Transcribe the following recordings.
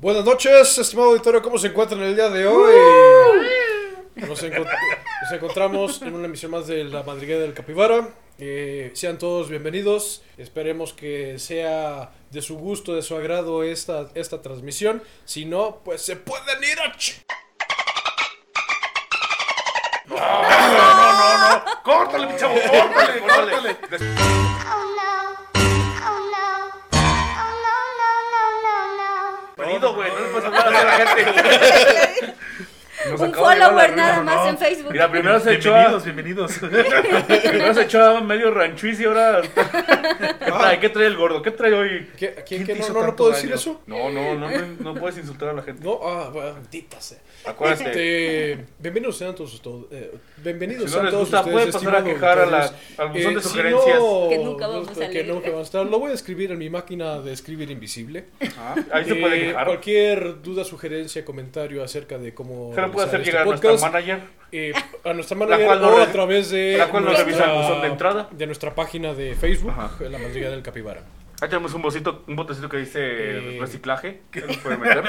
Buenas noches, estimado auditorio, ¿cómo se encuentran el día de hoy? Nos, encont- nos encontramos en una emisión más de La Madriguera del Capibara. Eh, sean todos bienvenidos. Esperemos que sea de su gusto, de su agrado esta, esta transmisión. Si no, pues se pueden ir a... ch- ¡Córtale, mi chavo! ¡Córtale, córtale! Oh no. Oh no. Oh no, no, no, no, no. Bienvenido, güey. No le puedes hablar a la gente. Nos Un acaba de llegar follower la nada reina, más ¿no? en Facebook. Mira, primero se echó a, Bienvenidos, bienvenidos. primero se echó a medio ranchuiz y ahora ¿qué Ah. trae? ¿Qué trae el gordo? ¿Qué trae hoy? ¿Qué, ¿A quién, ¿Quién qué? te no, hizo no, no tanto puedo daño? decir eso? No, no, no, no, no puedes insultar a la gente. No, ah, bueno, maldita sea. Acuérdate. Este, bienvenidos sean todos ustedes. eh, bienvenidos Si no sean les todos gusta, ustedes, pueden pasar a estimado quejar a la- auditorio. al buzón de si sugerencias. no, Que nunca vamos a que leer. nunca vamos a estar. Lo voy a escribir en mi máquina de escribir invisible. Ahí Eh, se puede quejar. Cualquier duda, sugerencia, comentario acerca de cómo Se lo realizar puede hacer este llegar a nuestra podcast, manager. eh, a nuestra La manager cual no o re- a través de la cual no nuestra- revisa el buzón de entrada. de nuestra página de Facebook, Ajá. La Madriga del Capibara. Ahí tenemos un botecito, un botecito que dice Eh. reciclaje. que nos puede meter.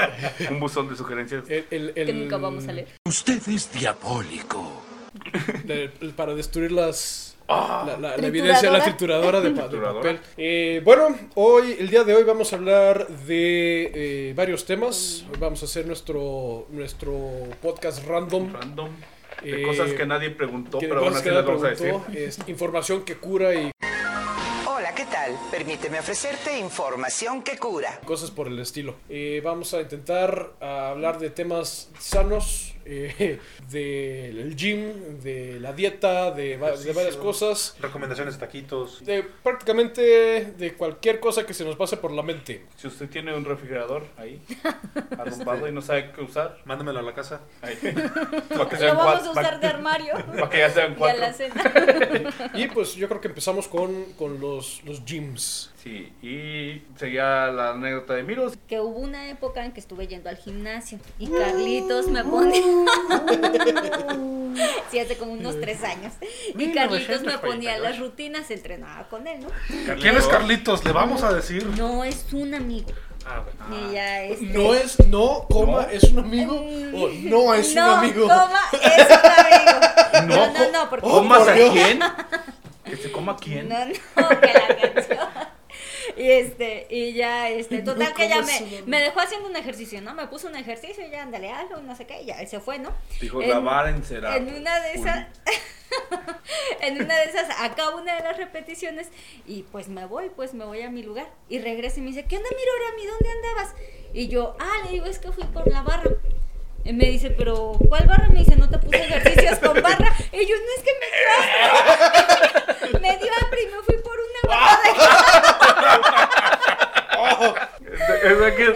Un buzón de sugerencias. El- el- que el- nunca vamos a leer. Usted es diabólico. de- el- para destruir las la, la- la ¿Trituradora? evidencia la trituradora de, pa- de Ah. Trituradora. papel Eh, bueno hoy el día de hoy vamos a hablar de eh, varios temas Hoy vamos a hacer nuestro nuestro podcast random Random. De Eh, cosas que nadie preguntó, que pero aún cosas así que las nadie vamos a decir. preguntó, es información que cura y Hola, ¿qué tal? Permíteme ofrecerte información que cura. cosas por el estilo Eh, vamos a intentar ah, hablar de temas sanos eh, del gym de la dieta de va- de varias Ejercicio. cosas Recomendaciones de taquitos. de prácticamente de cualquier cosa que se nos pase por la mente. Si usted tiene un refrigerador ahí, arrumbado y no sabe qué usar, Este, Mándamelo a la casa. ahí. Para que Lo sean vamos a cuatro. usar de armario. Para que ya sean Y a cuatro. la cena. Y pues yo creo que empezamos con, con los, los gyms. Sí, y seguía la anécdota de Miros. Que hubo una época en que estuve yendo al gimnasio. Y Carlitos me ponía. sí, hace como unos tres años. Y Carlitos me ponía las rutinas, entrenaba con él, ¿no? ¿Quién es Carlitos? Le vamos a decir. No es un amigo. este, Ah, bueno. Ella es. No es, no, coma, No. es un amigo o no es No, un amigo. Toma, es un amigo. No, no, no, porque ¿Comas por a Dios. quién? ¿Que se coma a quién? No, no, que la canción. Y este, y ya, este, total No, que ya ¿cómo es me, eso? me dejó haciendo un ejercicio, ¿no? Me puso un ejercicio y ya, ándale, hazlo, no sé qué, y ya, él se fue, ¿no? Dijo, En- la vara encerada. En una de esas, en una de esas, acabo una de las repeticiones y pues me voy, pues me voy a mi lugar. Y regreso y me dice, ¿qué onda, Mirorami? ¿Dónde andabas? Y yo, ah, le digo, es que fui por la barra. Y me dice, pero ¿cuál barra? Me dice, no te puse ejercicios con barra. Y yo, no es que me dio hambre. me dio hambre y me fui por una barra de Es de que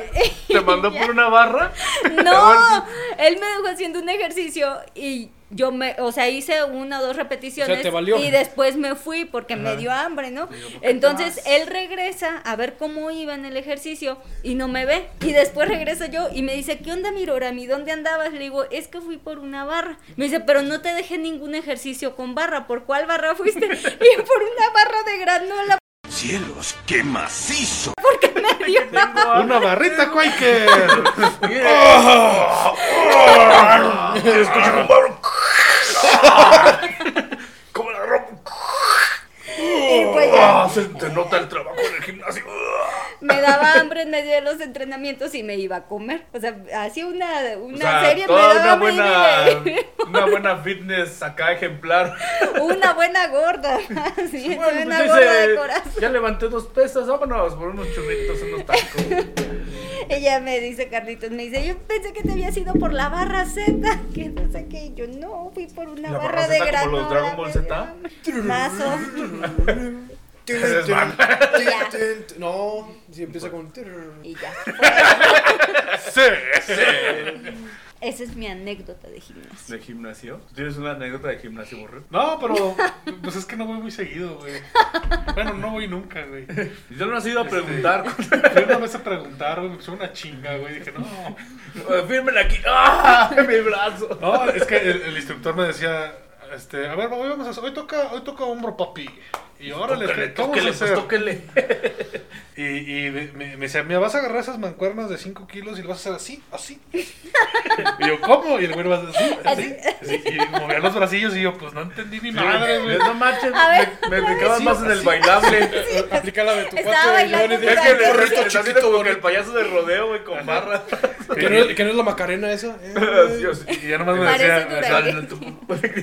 te mandó por una barra. No, él me dejó haciendo un ejercicio y yo me, o sea, hice una o dos repeticiones O sea, te valió. y después me fui porque me dio hambre, ¿no? Entonces él regresa a ver cómo iba en el ejercicio y no me ve y después regreso yo y me dice, "¿Qué onda, Mirorami? ¿Dónde andabas?" Le digo, "Es que fui por una barra." Me dice, "Pero no te dejé ningún ejercicio con barra, ¿por cuál barra fuiste?" Y por una barra de granola Cielos, qué macizo. me dio hambre. Una barrita, Quaker. ¿Cómo la ropa? Y pues ya. Ah, se te nota el trabajo en el gimnasio. me daba hambre en medio de los entrenamientos y me iba a comer. O sea, hacía una, una O sea, serie, me toda daba una hambre y buena, me- una buena fitness acá ejemplar. una buena gorda. Así, Bueno, una pues gorda dice, de corazón. ya levanté dos pesas, vámonos por unos churritos, unos tacos. Ella me dice, Carlitos, me dice, yo pensé que te habías ido por la barra Z, que no sé qué. Y yo, no, fui por una ¿La barra, barra de Z granola. como los Dragon Ball me Z? dio hambre. Mazo. No, si empieza con... Y ya. Esa es mi anécdota de gimnasio. ¿De gimnasio? ¿Tienes una anécdota de gimnasio, burro? No, pero. Pues es que no voy muy seguido, güey. Bueno, no voy nunca, güey. Yo no has ido a preguntar. Fui una vez a preguntar, güey. Me puse una chinga, güey. Dije, no. Fírmenla aquí. ¡Ah! Mi brazo. No, es que eh, el, el instructor me decía, este, a ver, hoy vamos a hacer- hoy toca, hoy toca hombro papi. Y ahora le Tóquele, ¿qué vamos a tóquele, pues hacer? tóquele. Y, y me, me- me dice, mira, vas a agarrar esas mancuernas de 5 kilos y lo vas a hacer así, así. y yo, ¿cómo? Y el güey lo hace así, así. así. Y movía los bracillos y yo, pues no entendí ni madre, güey. No manches, A ver, me, me picabas Sí, más en el sí. bailable. Eh, Aplica la de tu Estaba cuate y luego bailando le Es dices, que "Ay, le correcto, le hacen chiquito, como que bonito". el payaso de rodeo, güey, con barras. ¿Que no, es- que no es la Macarena esa? Así, Eh, así. Y ya nomás me Parece decía, tu o sea, baile.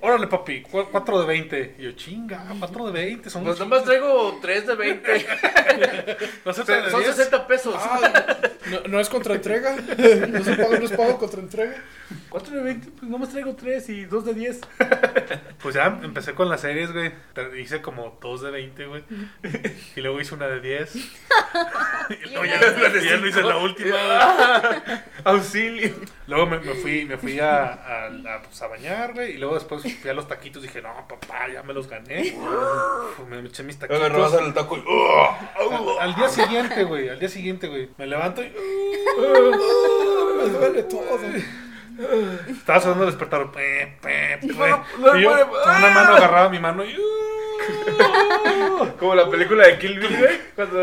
órale papi, 4 de 20. Y yo, chinga, 4 de 20, son Pues nomás traigo 3 de 20. No sé, Son son 60 pesos. ah, no, no es contra entrega. No es pago, no es pago contra entrega. 4 de 20, pues nomás traigo 3 y 2 de 10. Pues ya empecé con las series, güey. Te- Hice como 2 de 20, güey. Y luego hice una de 10. y luego ya, una de ya no hice cinco. la última. Auxilio. Luego me, me fui, me fui a, a, a, pues, a bañar, güey. Y luego después fui a los taquitos. Dije, no, papá, ya me los gané. Pues, me eché mis taquitos. el taco y. ¡oh! Al, al día siguiente, güey. Al día siguiente, güey. Me levanto y. Me duele Pues todo. Estaba sonando el despertador. Pe, pe, pe. no, Ah. y yo, no, con una mano agarraba mi mano y. uh, Como la película de Kill Bill, güey. Cuando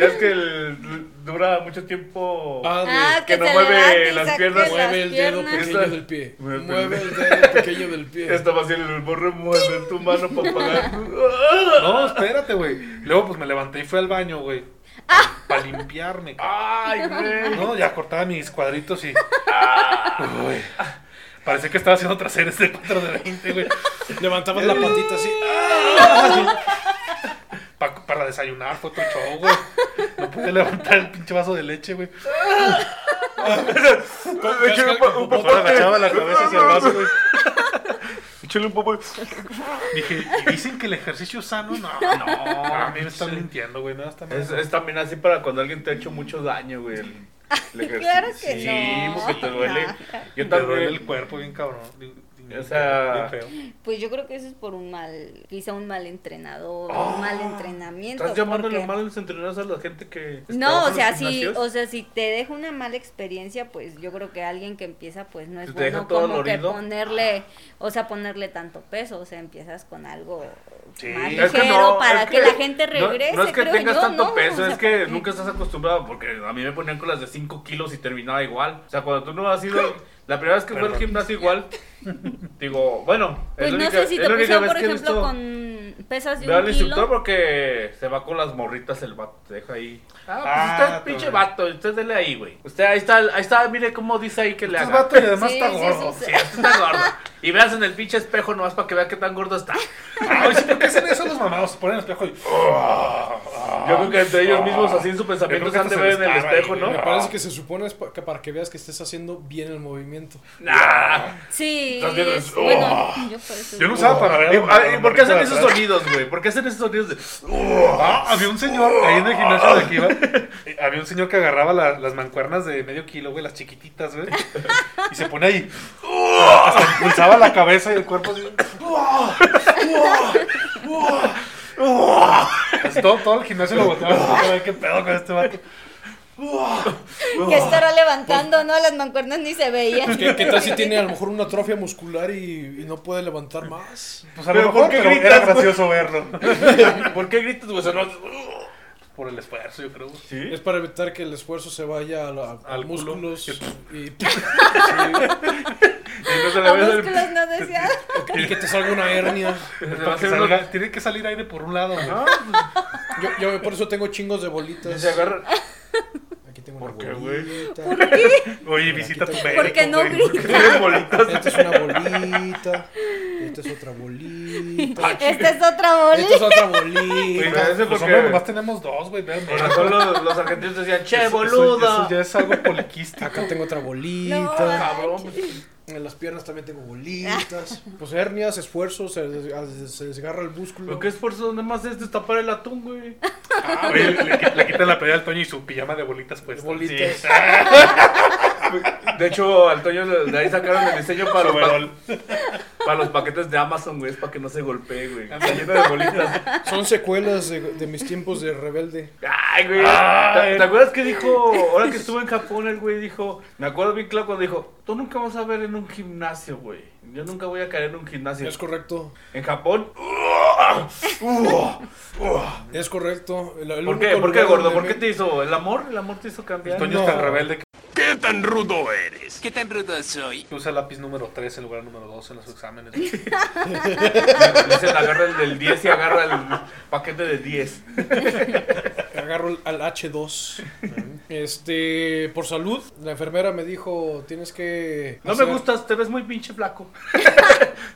ya es que el- dura mucho tiempo. Ah, Ah, que, que no se mueve levante y las saque de- piernas. las Mueve el dedo piernas. pues, pequeño del pie. Mueve el Mueve el dedo pequeño del pie. Estaba haciendo el borre mueve tu mano para pagar. No, espérate, güey. Luego, pues me levanté y fui al baño, güey. Para limpiarme. cabrón. Ay, güey. No, ya cortaba mis cuadritos y. Ah. Uy. Parecía que estaba haciendo traseros de 4 de 20, güey. Levantabas la patita así. Pa- para desayunar fue otro show, güey. No pude levantar el pinche vaso de leche, güey. Échale un po- un Como popote. para Agachaba la cabeza hacia el vaso, güey. Échale un popote. Dije, ¿y dicen que el ejercicio es sano? No, no. Ah, A mí me están mintiendo, güey. No, está mal. Es, es también así para cuando alguien te ha hecho mucho daño, güey. El, el ejercicio. Claro que sí, no. porque te duele. Te Yo también. duele el cuerpo bien cabrón. Bien- O sea, bien feo. Pues yo creo que eso es por un mal, quizá un mal entrenador, un mal entrenamiento. Ah. ¿Estás llamándole porque- mal a los entrenadores a la gente que. No, Pues trabaja o en sea, los si, gimnasios? o sea, si te deja una mala experiencia, pues yo creo que alguien que empieza, pues no es Te bueno deja todo como que dolorido. ponerle, o sea, ponerle tanto peso, o sea, empiezas con algo Sí, más es ligero que no, para es que, la gente no- regrese. No, es que creo tengas yo, tanto ¿no? peso, O sea, es que ¿para qué? nunca estás acostumbrado, porque a mí me ponían con las de 5 kilos y terminaba igual. O sea, cuando tú no has ido, la primera vez que fue al Perdón. gimnasio igual, digo, bueno, Pues es no la única, sé si es te la única pusieron, vez por que he ejemplo, visto- con pesas de Ve al un instructor kilo. porque se va con las morritas el vato, te deja ahí. Ah, Ah, pues usted todo pinche bien. vato, usted dele ahí, güey. Usted ahí está, ahí está, mire cómo dice ahí que le Es haga. vato y además Sí, está sí, gordo. sí, Sí, usted está gordo. Y veas en el pinche espejo nomás para que vea qué tan gordo está. Ay, sí, ¿por qué hacen eso los mamados? Se ponen el espejo y. Yo creo que entre ellos mismos así en su pensamiento Yo creo se que han de hasta ver se en el les para espejo, ahí, ¿no? Ah, Me parece que se supone es pa- que para que veas que estés haciendo bien el movimiento. Nah. Sí, Estás viendo- oh. es- bueno, yo por eso. Yo no usaba para ver. Digo, a- ay, a- ¿Por qué hacen a- esos sonidos, güey? ¿Por qué hacen esos sonidos de... Ah, había un señor ahí en el gimnasio de aquí, iba, eh, Había un señor que agarraba la- las mancuernas de medio kilo, güey, las chiquititas, güey. Y se pone ahí. Hasta impulsaba la cabeza y el cuerpo así. Así Pues todo, todo el gimnasio lo volteaba. así, a ver qué pedo con este vato. Que Pues, estará levantando, ¿no? Las mancuernas ni se veían. ¿Qué, qué tal si tiene a lo mejor una atrofia muscular y, y no puede levantar más? Pues a lo Pero mejor ¿por qué pero gritas, era güey? gracioso verlo. ¿Por qué gritas, güey? O sea, no- uh, Por el esfuerzo, yo creo. ¿Sí? Es para evitar que el esfuerzo se vaya a, la- a Al culo. músculos y, y- Y no se le A ve el... músculos no deseados. y que te salga una hernia. se va a Para que hacer uno- salga- tiene que salir aire por un lado, güey. Yo, yo por eso tengo chingos de bolitas. Se agarra... Aquí tengo una ¿Por qué, güey? bolita. Oye, visita tu médico. ¿Por qué no güey. grita? Tiene bolitas. Esta es una bolita. Esta es otra bolita. Esta es otra Esta es bola. otra Güey, bolita. Pero eso Los porque- hombres pues, nomás tenemos dos, güey. vean, Por vean. eso los, los argentinos decían, che, Eso- Eso, boluda. eso ya es algo poliquista. Acá tengo otra No, bolita. Cabrón. En las piernas también tengo bolitas. Pues hernias, esfuerzo, se, des- se desgarra el músculo. Lo que esfuerzo donde más es destapar el atún, güey. Ah, güey, le, le qui- le quitan la pelea al Toño y su pijama de bolitas puesta. Bolitas. Sí. De hecho, al Toño le- de ahí sacaron el diseño para los, Overol. pa- para los paquetes de Amazon, güey. Es para que no se golpee, güey. Está lleno de bolitas. Son secuelas de, de mis tiempos de rebelde. Ay, güey. Ay. ¿Te, te acuerdas que dijo, ahora que estuve en Japón, el güey dijo, me acuerdo bien claro cuando dijo, tú nunca vas a ver en un gimnasio, güey. Yo nunca voy a caer en un gimnasio. Es correcto. En Japón, Es correcto. El- el ¿Por único qué? ¿Por qué, lugar gordo? donde ¿Por me- qué te hizo? ¿El amor? ¿El amor te hizo cambiar? Toño es tan rebelde que ¿Qué tan rudo eres? ¿Qué tan rudo soy? usa lápiz número 3 en lugar del número 2 en los exámenes. güey. Le dicen agarra el del 10 y agarra el paquete del 10. Agarro el- al H2. Este, por salud, la enfermera me dijo, tienes que... No me hacer- gustas, te ves muy pinche flaco.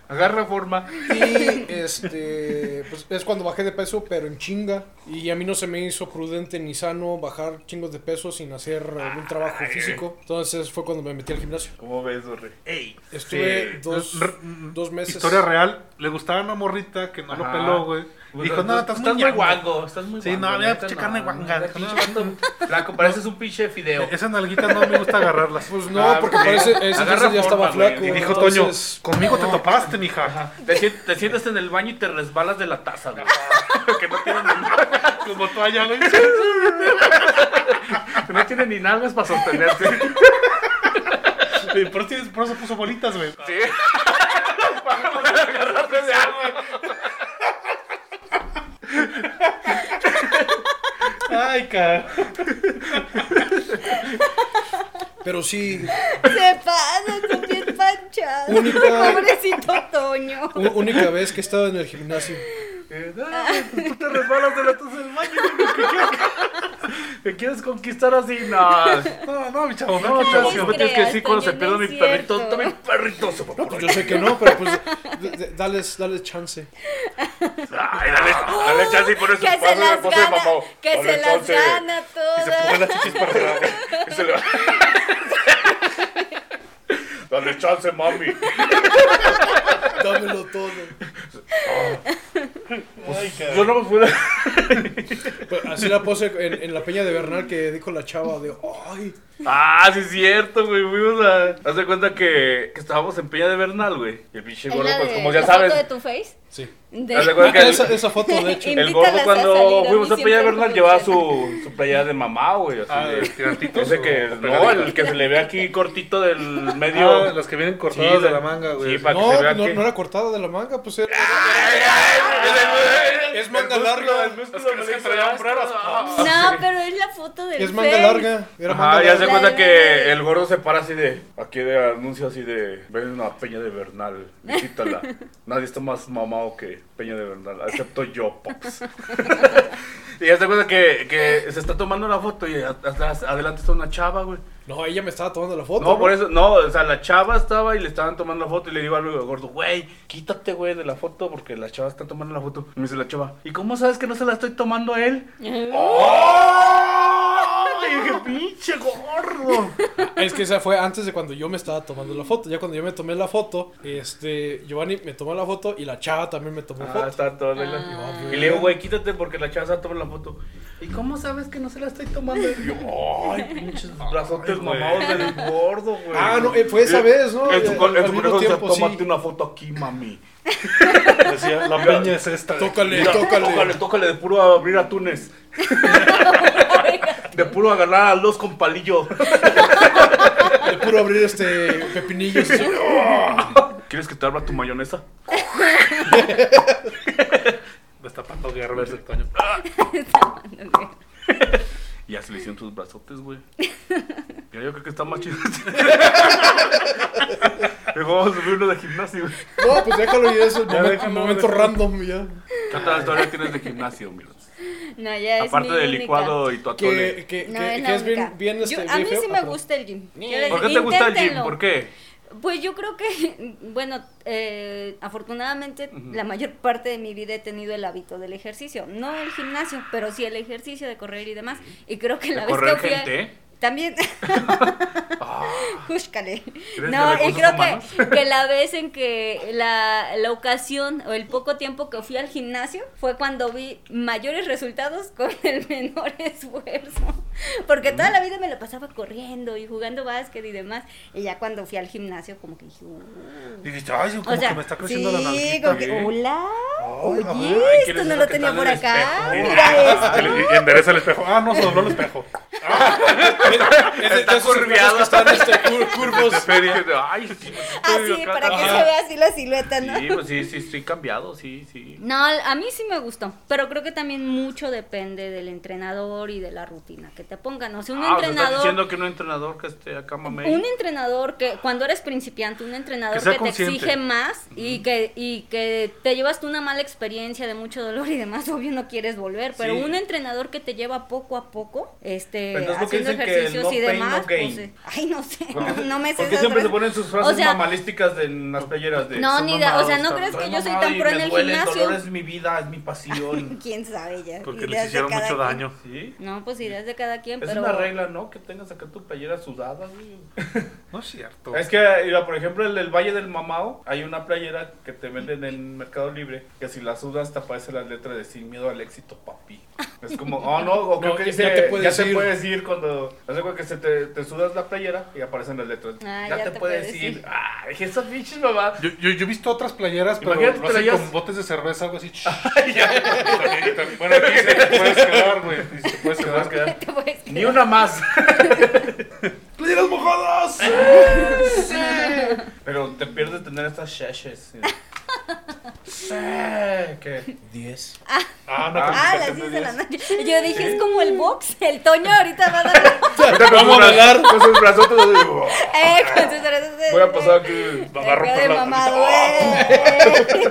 agarra forma. Y este, pues es cuando bajé de peso, pero en chinga. Y a mí no se me hizo prudente ni sano bajar chingos de peso sin hacer algún trabajo físico. Entonces fue cuando me metí al gimnasio. ¿Cómo ves, Rey? ¡Ey! Estuve Sí. dos, R- dos meses. Pues Historia real, le gustaba una morrita que no lo Ajá. peló, güey. Dijo, no, estás, muy guango. guango. Pues, Estás muy Sí, guango. no, la mira, neta, pinche carne no, guanga. no, pinche vato Flaco, pareces un pinche fideo. E, Esa nalguita no me gusta agarrarlas. Pues no, Ah, porque ok. parece ese Agarra entonces ya forma, estaba güey. flaco. y dijo entonces- Toño, conmigo te topaste, mija. Te, sien- te sientas en el baño y te resbalas de la taza, güey. que no tiene Como toalla, güey. ni, no tiene ni nalgas para sostenerte. Sí, Por eso, tienes- por eso puso bolitas, güey. Ay, cara. Pero sí, Se pasa, está bien panchado. Única- Pobrecito Toño. u- única vez que he estado en el gimnasio. Eh, pues Tú te resbalas de la taza del baño. güey, ¿qué quieres? ¿Me quieres conquistar así? No. No, no, mi chavo, No, no, no, les no, me tienes que decir creas, cuando se Toño, pierde no mi es cierto. perrito. Toma mi perrito. se va por Pues ahí. yo sé que no, pero pues d- d- dales, dales chance. Ay, dale, Ah. dale chance y por eso Que se las gana, que se las gana Y se pone todas. las chichis para arriba. Dale chance, mami. Dámelo todo. Yo no me puedo. Pero Pues, así la pose en, en la peña de Bernal que dijo la chava de, ay, Ah, sí es cierto, güey. Fuimos a. Haz de cuenta que, que estábamos en Peña de Bernal, güey. Y el pinche ¿Es gordo, la pues de- como ya la sabes. foto de tu face? sí. De- Haz de cuenta que el- Ah, esa, esa foto, de hecho. El Invítalas gordo a salir, a cuando mí fuimos a siempre Peña de me Bernal llevaba su, su playa de mamá, güey. Así Ah, de, tirantitos. ese que, o no, pegaditos. el que se le ve aquí cortito del medio. Ah, las que vienen Sí, cortadas de la manga, güey. Sí, para que se No, vea no, que... no era cortada de la manga, pues era- Es manga músculo, larga. el músculo Es que- es me que hizo traía esto. hombreras. Ah. No, pero es la foto del es manga Face. larga. Era manga Ajá, ya se larga. cuenta que el gordo se para así de. Aquí de anuncio así de. Ven una peña de Bernal, visítala. Nadie está más mamado que Peña de Bernal, excepto yo, Pops. y ya se cuenta que, que se está tomando la foto y atrás, adelante está una chava, güey. No, ella me estaba tomando la foto. No, por ¿no? eso, no, o sea, la chava estaba y le estaban tomando la foto y le digo al gordo, güey, quítate, güey, de la foto porque la chava está tomando la foto. Y me dice la chava, ¿y cómo sabes que no se la estoy tomando a él? ¡Oh! Y dije, pinche gordo. Es que esa fue antes de cuando yo me estaba tomando la foto. Ya cuando yo me tomé la foto, este, Giovanni me tomó la foto y la chava también me tomó Ah, foto. está todo adelante. Y le digo, güey, quítate porque la chava se toma la foto. ¿Y cómo sabes que no se la estoy tomando? Y yo, ay, pinches brazotes mamados del gordo, güey. Ah, no, eh, fue esa Eh, vez, ¿no? En Eh, su, en al su mismo corazón decía, tiempo, sí. tómate una foto aquí, mami. Decía, la peña es esta. Tócale, Mira, tócale. tócale, tócale, de puro abrir atunes. de puro agarrar a los con palillo. De puro abrir este pepinillos. ¿Quieres que te abra tu mayonesa? Destapando guerra versus el Toño. Y ya se le hicieron sus brazotes, güey. Ya yo creo que está más chido. Luego vamos a subir uno de gimnasio, güey. No, pues déjalo y eso. momen- déjalo, momento déjalo. random ya. ¿Qué otra historia tienes de gimnasio, Milos? No, ya es Aparte mi del única. licuado y tu Que, atole. que, No, que- es la que es única. bien, bien Yo- este, a mí bien feo. sí Ah, me perdón. gusta el gym. Yo les- ¿Por qué te gusta el gym? inténtenlo. ¿Por qué? Pues yo creo que, bueno, eh, afortunadamente la mayor parte de mi vida he tenido el hábito del ejercicio. No el gimnasio, pero sí el ejercicio de correr y demás. Y creo que ¿De la vez correr que fui a- gente? También. Júscale. ¿Eres No, de y recursos creo humanos? que, que la vez en que la, la ocasión o el poco tiempo que fui al gimnasio fue cuando vi mayores resultados con el menor esfuerzo. Porque toda la vida me la pasaba corriendo y jugando básquet y demás. Y ya cuando fui al gimnasio, como que dije, "Uh". Y dijiste, ay, como o sea, que me está creciendo sí, la nalguita. ¿eh? como que, hola. Ay, Oye, ay, esto ¿quieres no ver lo qué tenía tal por el acá. espejo? Mira esto. Y endereza el espejo. Ah, no, se dobló el espejo. Es de- Está de esos curviado. relojes que están este, cur- curvos. Ay, sí, Así, Ah, para que se vea así la silueta, ¿no? Sí, pues sí, sí, estoy cambiado, sí, sí. No, a mí sí me gustó, pero creo que también mucho depende del entrenador y de la rutina que te pongan. O sea, un ah, o sea, estás entrenador, diciendo que un entrenador que esté acá mamey. un entrenador que cuando eres principiante, un entrenador sea que, te consciente. exige más y que y que te llevas tú una mala experiencia de mucho dolor y demás, obvio no quieres volver, pero Sí. Pues un entrenador que te lleva poco a poco, este, Entonces, ¿por qué haciendo dicen que el ejercicios no y pain, no demás, gain? pues, eh, ay no sé, no me sé. Porque esas siempre se frases. ponen sus O frases sea, mamalísticas de- en las playeras de. No, "Soy ni idea, o sea, ¿no estoy- crees que soy yo soy mamado tan y pro me en el duele, gimnasio? dolor es mi vida, es mi pasión. quién sabe ya. Porque ideas les de hicieron cada mucho quien. daño. ¿Sí? No, pues ideas de cada quien, Es pero. una regla, ¿no? Que tengas acá tu playera sudada, güey. No es cierto. Es que, eh, mira, por ejemplo, en el Valle del Mamao hay una playera que te venden en Mercado Libre que si la sudas te aparece la letra de Sin Miedo al Éxito, papi. Es como, oh no, o creo No, que ya dice, te puedes ya te ir". puedes ir cuando, haz de cuenta que se te, te sudas la playera y aparecen las letras. Ah, ya, te, puedes ir. Ay, esas pinches mamás. Yo, yo, yo he visto otras playeras, pero Imagínate, lo hacen traías- con botes de cerveza, algo así. bueno, aquí se te puedes quedar, güey. y se te puedes Te vas a quedar. quedar. Te voy a escribir. Ni una más. ¡Playeras mojadas! ¡Sí! Pero te pierdes tener estas shashes. Sí, ¿Qué? 10. Ah, no, Ah, las 10 de la noche. Yo ¿eh? dije, es como el box. El Toño ahorita va a dar. Vamos a bailar. Con sus brazotes así, ¡oh! eh, con sus brazos de- Voy a pasar aquí. de- Va a de romper la mamado, ¡Oh!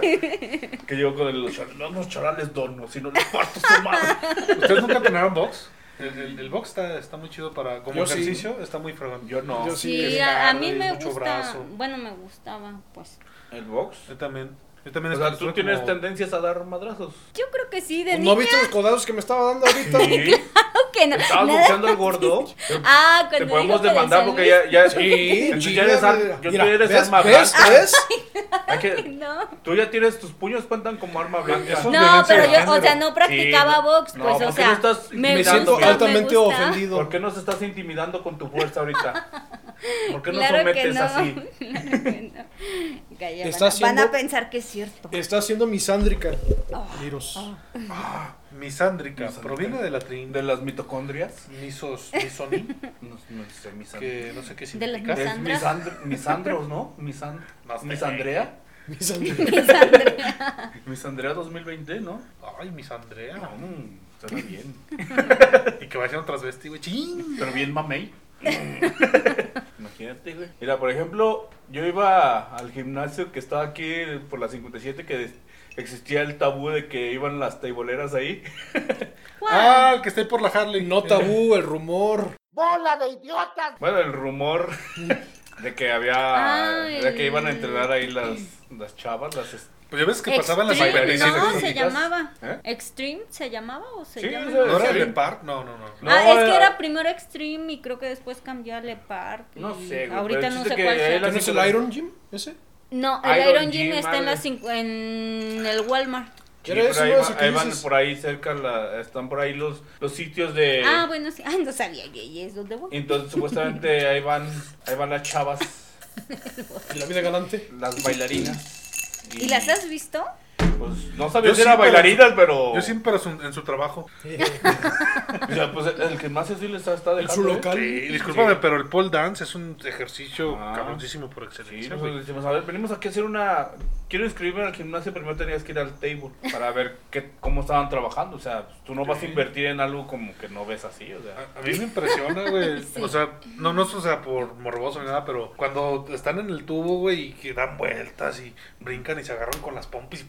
eh. Que llevo con el, los chor- no, los chorales donos, si no les parto su madre. ¿Ustedes nunca entrenaron box? El, el- el box está, está muy chido para como Yo sí. ejercicio, está muy fregón. Yo no. Yo Sí, Sí, es a, a tarde, mí me mucho gusta. brazo. Bueno, me gustaba, pues. ¿El box? Yo también. Yo también O sea, estuve tú tienes como- tendencias a dar madrazos. Yo creo que sí, Pues de ¿No niña. viste los codazos que me estaba dando ahorita? Creo que no. ¿Estabas Nada- boxeando al gordo? Ah, Te cuando podemos dijo que de demandar San porque Luis. ya, ya es. Sí, Entonces ya chida, eres ar- mira. yo- tú Mira, eres ¿ves? arma ¿Ves? blanca. ¿Ves? Ah. Hay que- No. Tú ya Pues tienes tus puños cuentan como arma blanca. Eso- No, violencia pero de yo, o género. sea, no practicaba Sí, box, no, pues, ¿por o qué sea, no estás me, Me intimidando? siento gusta, me altamente gusta. ofendido. ¿Por qué nos estás intimidando con tu fuerza ahorita? ¿Por qué nos Claro que sometes no. así? Claro que no. Calla, Está van, a, van a haciendo- pensar que es cierto. Está haciendo misándrica. Ah. Miros. Misándrica. Proviene de latín. ¿De las mitocondrias? Misos, misoni, No, no sé, misandros. que no sé qué De las significa. misandrias. misandros, ¿no? Misan- No sé. misandrea. Misándrica. Misandrea 2020, ¿no? Ay, misandrea. Mm, suena bien. Y que vayan otras veces, güey. Chin. Pero bien mamey. Imagínate, güey. Mira, por ejemplo, yo iba al gimnasio que estaba aquí por la 57 que des- existía el tabú de que iban las teiboleras ahí. Ah, el que está ahí por la Harley. No tabú, el rumor. Bueno, el rumor de que había Ay. de que iban a entrenar ahí las, las chavas, las es- Pues ya ves que pasaban las Extreme, competencias. no, esas se chicas. llamaba. ¿Eh? ¿Extreme se llamaba o se Sí, llama? ese- ¿No Sí. era el de par? No, no, no. No, ah, es que era- era primero Extreme y creo que después cambió a Lepard. y No sé, güey, pero Ahorita el no chiste sé que cuál él sea. ¿Quién es el Iron Jim? ¿Ese? No, el Iron Iron, Jim, Jim, está en, madre. la cincu- en el Walmart. Sí, ¿Era pero ese, ahí, no? va- ¿Ese que ahí van dices? por ahí cerca, la- están por ahí los, los sitios de... Ah, bueno, sí. Ah, no sabía yo, y es donde voy. Entonces supuestamente ahí van, ahí van las chavas, ¿Y la vida galante? las bailarinas. ¿Y las has visto? Pues no sabía Yo si eran sí, pero- bailarinas, pero. Yo siempre pero su- en su trabajo. O sea, pues el que más sí les está En su dejando. ¿eh? local. Sí, discúlpame, pero el pole dance es un ejercicio Ah. cabroncísimo por Sí, excelencia, pues güey. decimos, a ver, venimos aquí a hacer una. Quiero inscribirme al gimnasio, primero tenías que ir al table para ver qué, cómo estaban trabajando. O sea, pues, tú no vas a invertir en algo como que no ves así, o Ah. sea. A a mí me impresiona, güey. O sea, no, no es o sea, por morboso ni nada, pero cuando están en el tubo, güey, y que dan vueltas y brincan y se agarran con las pompis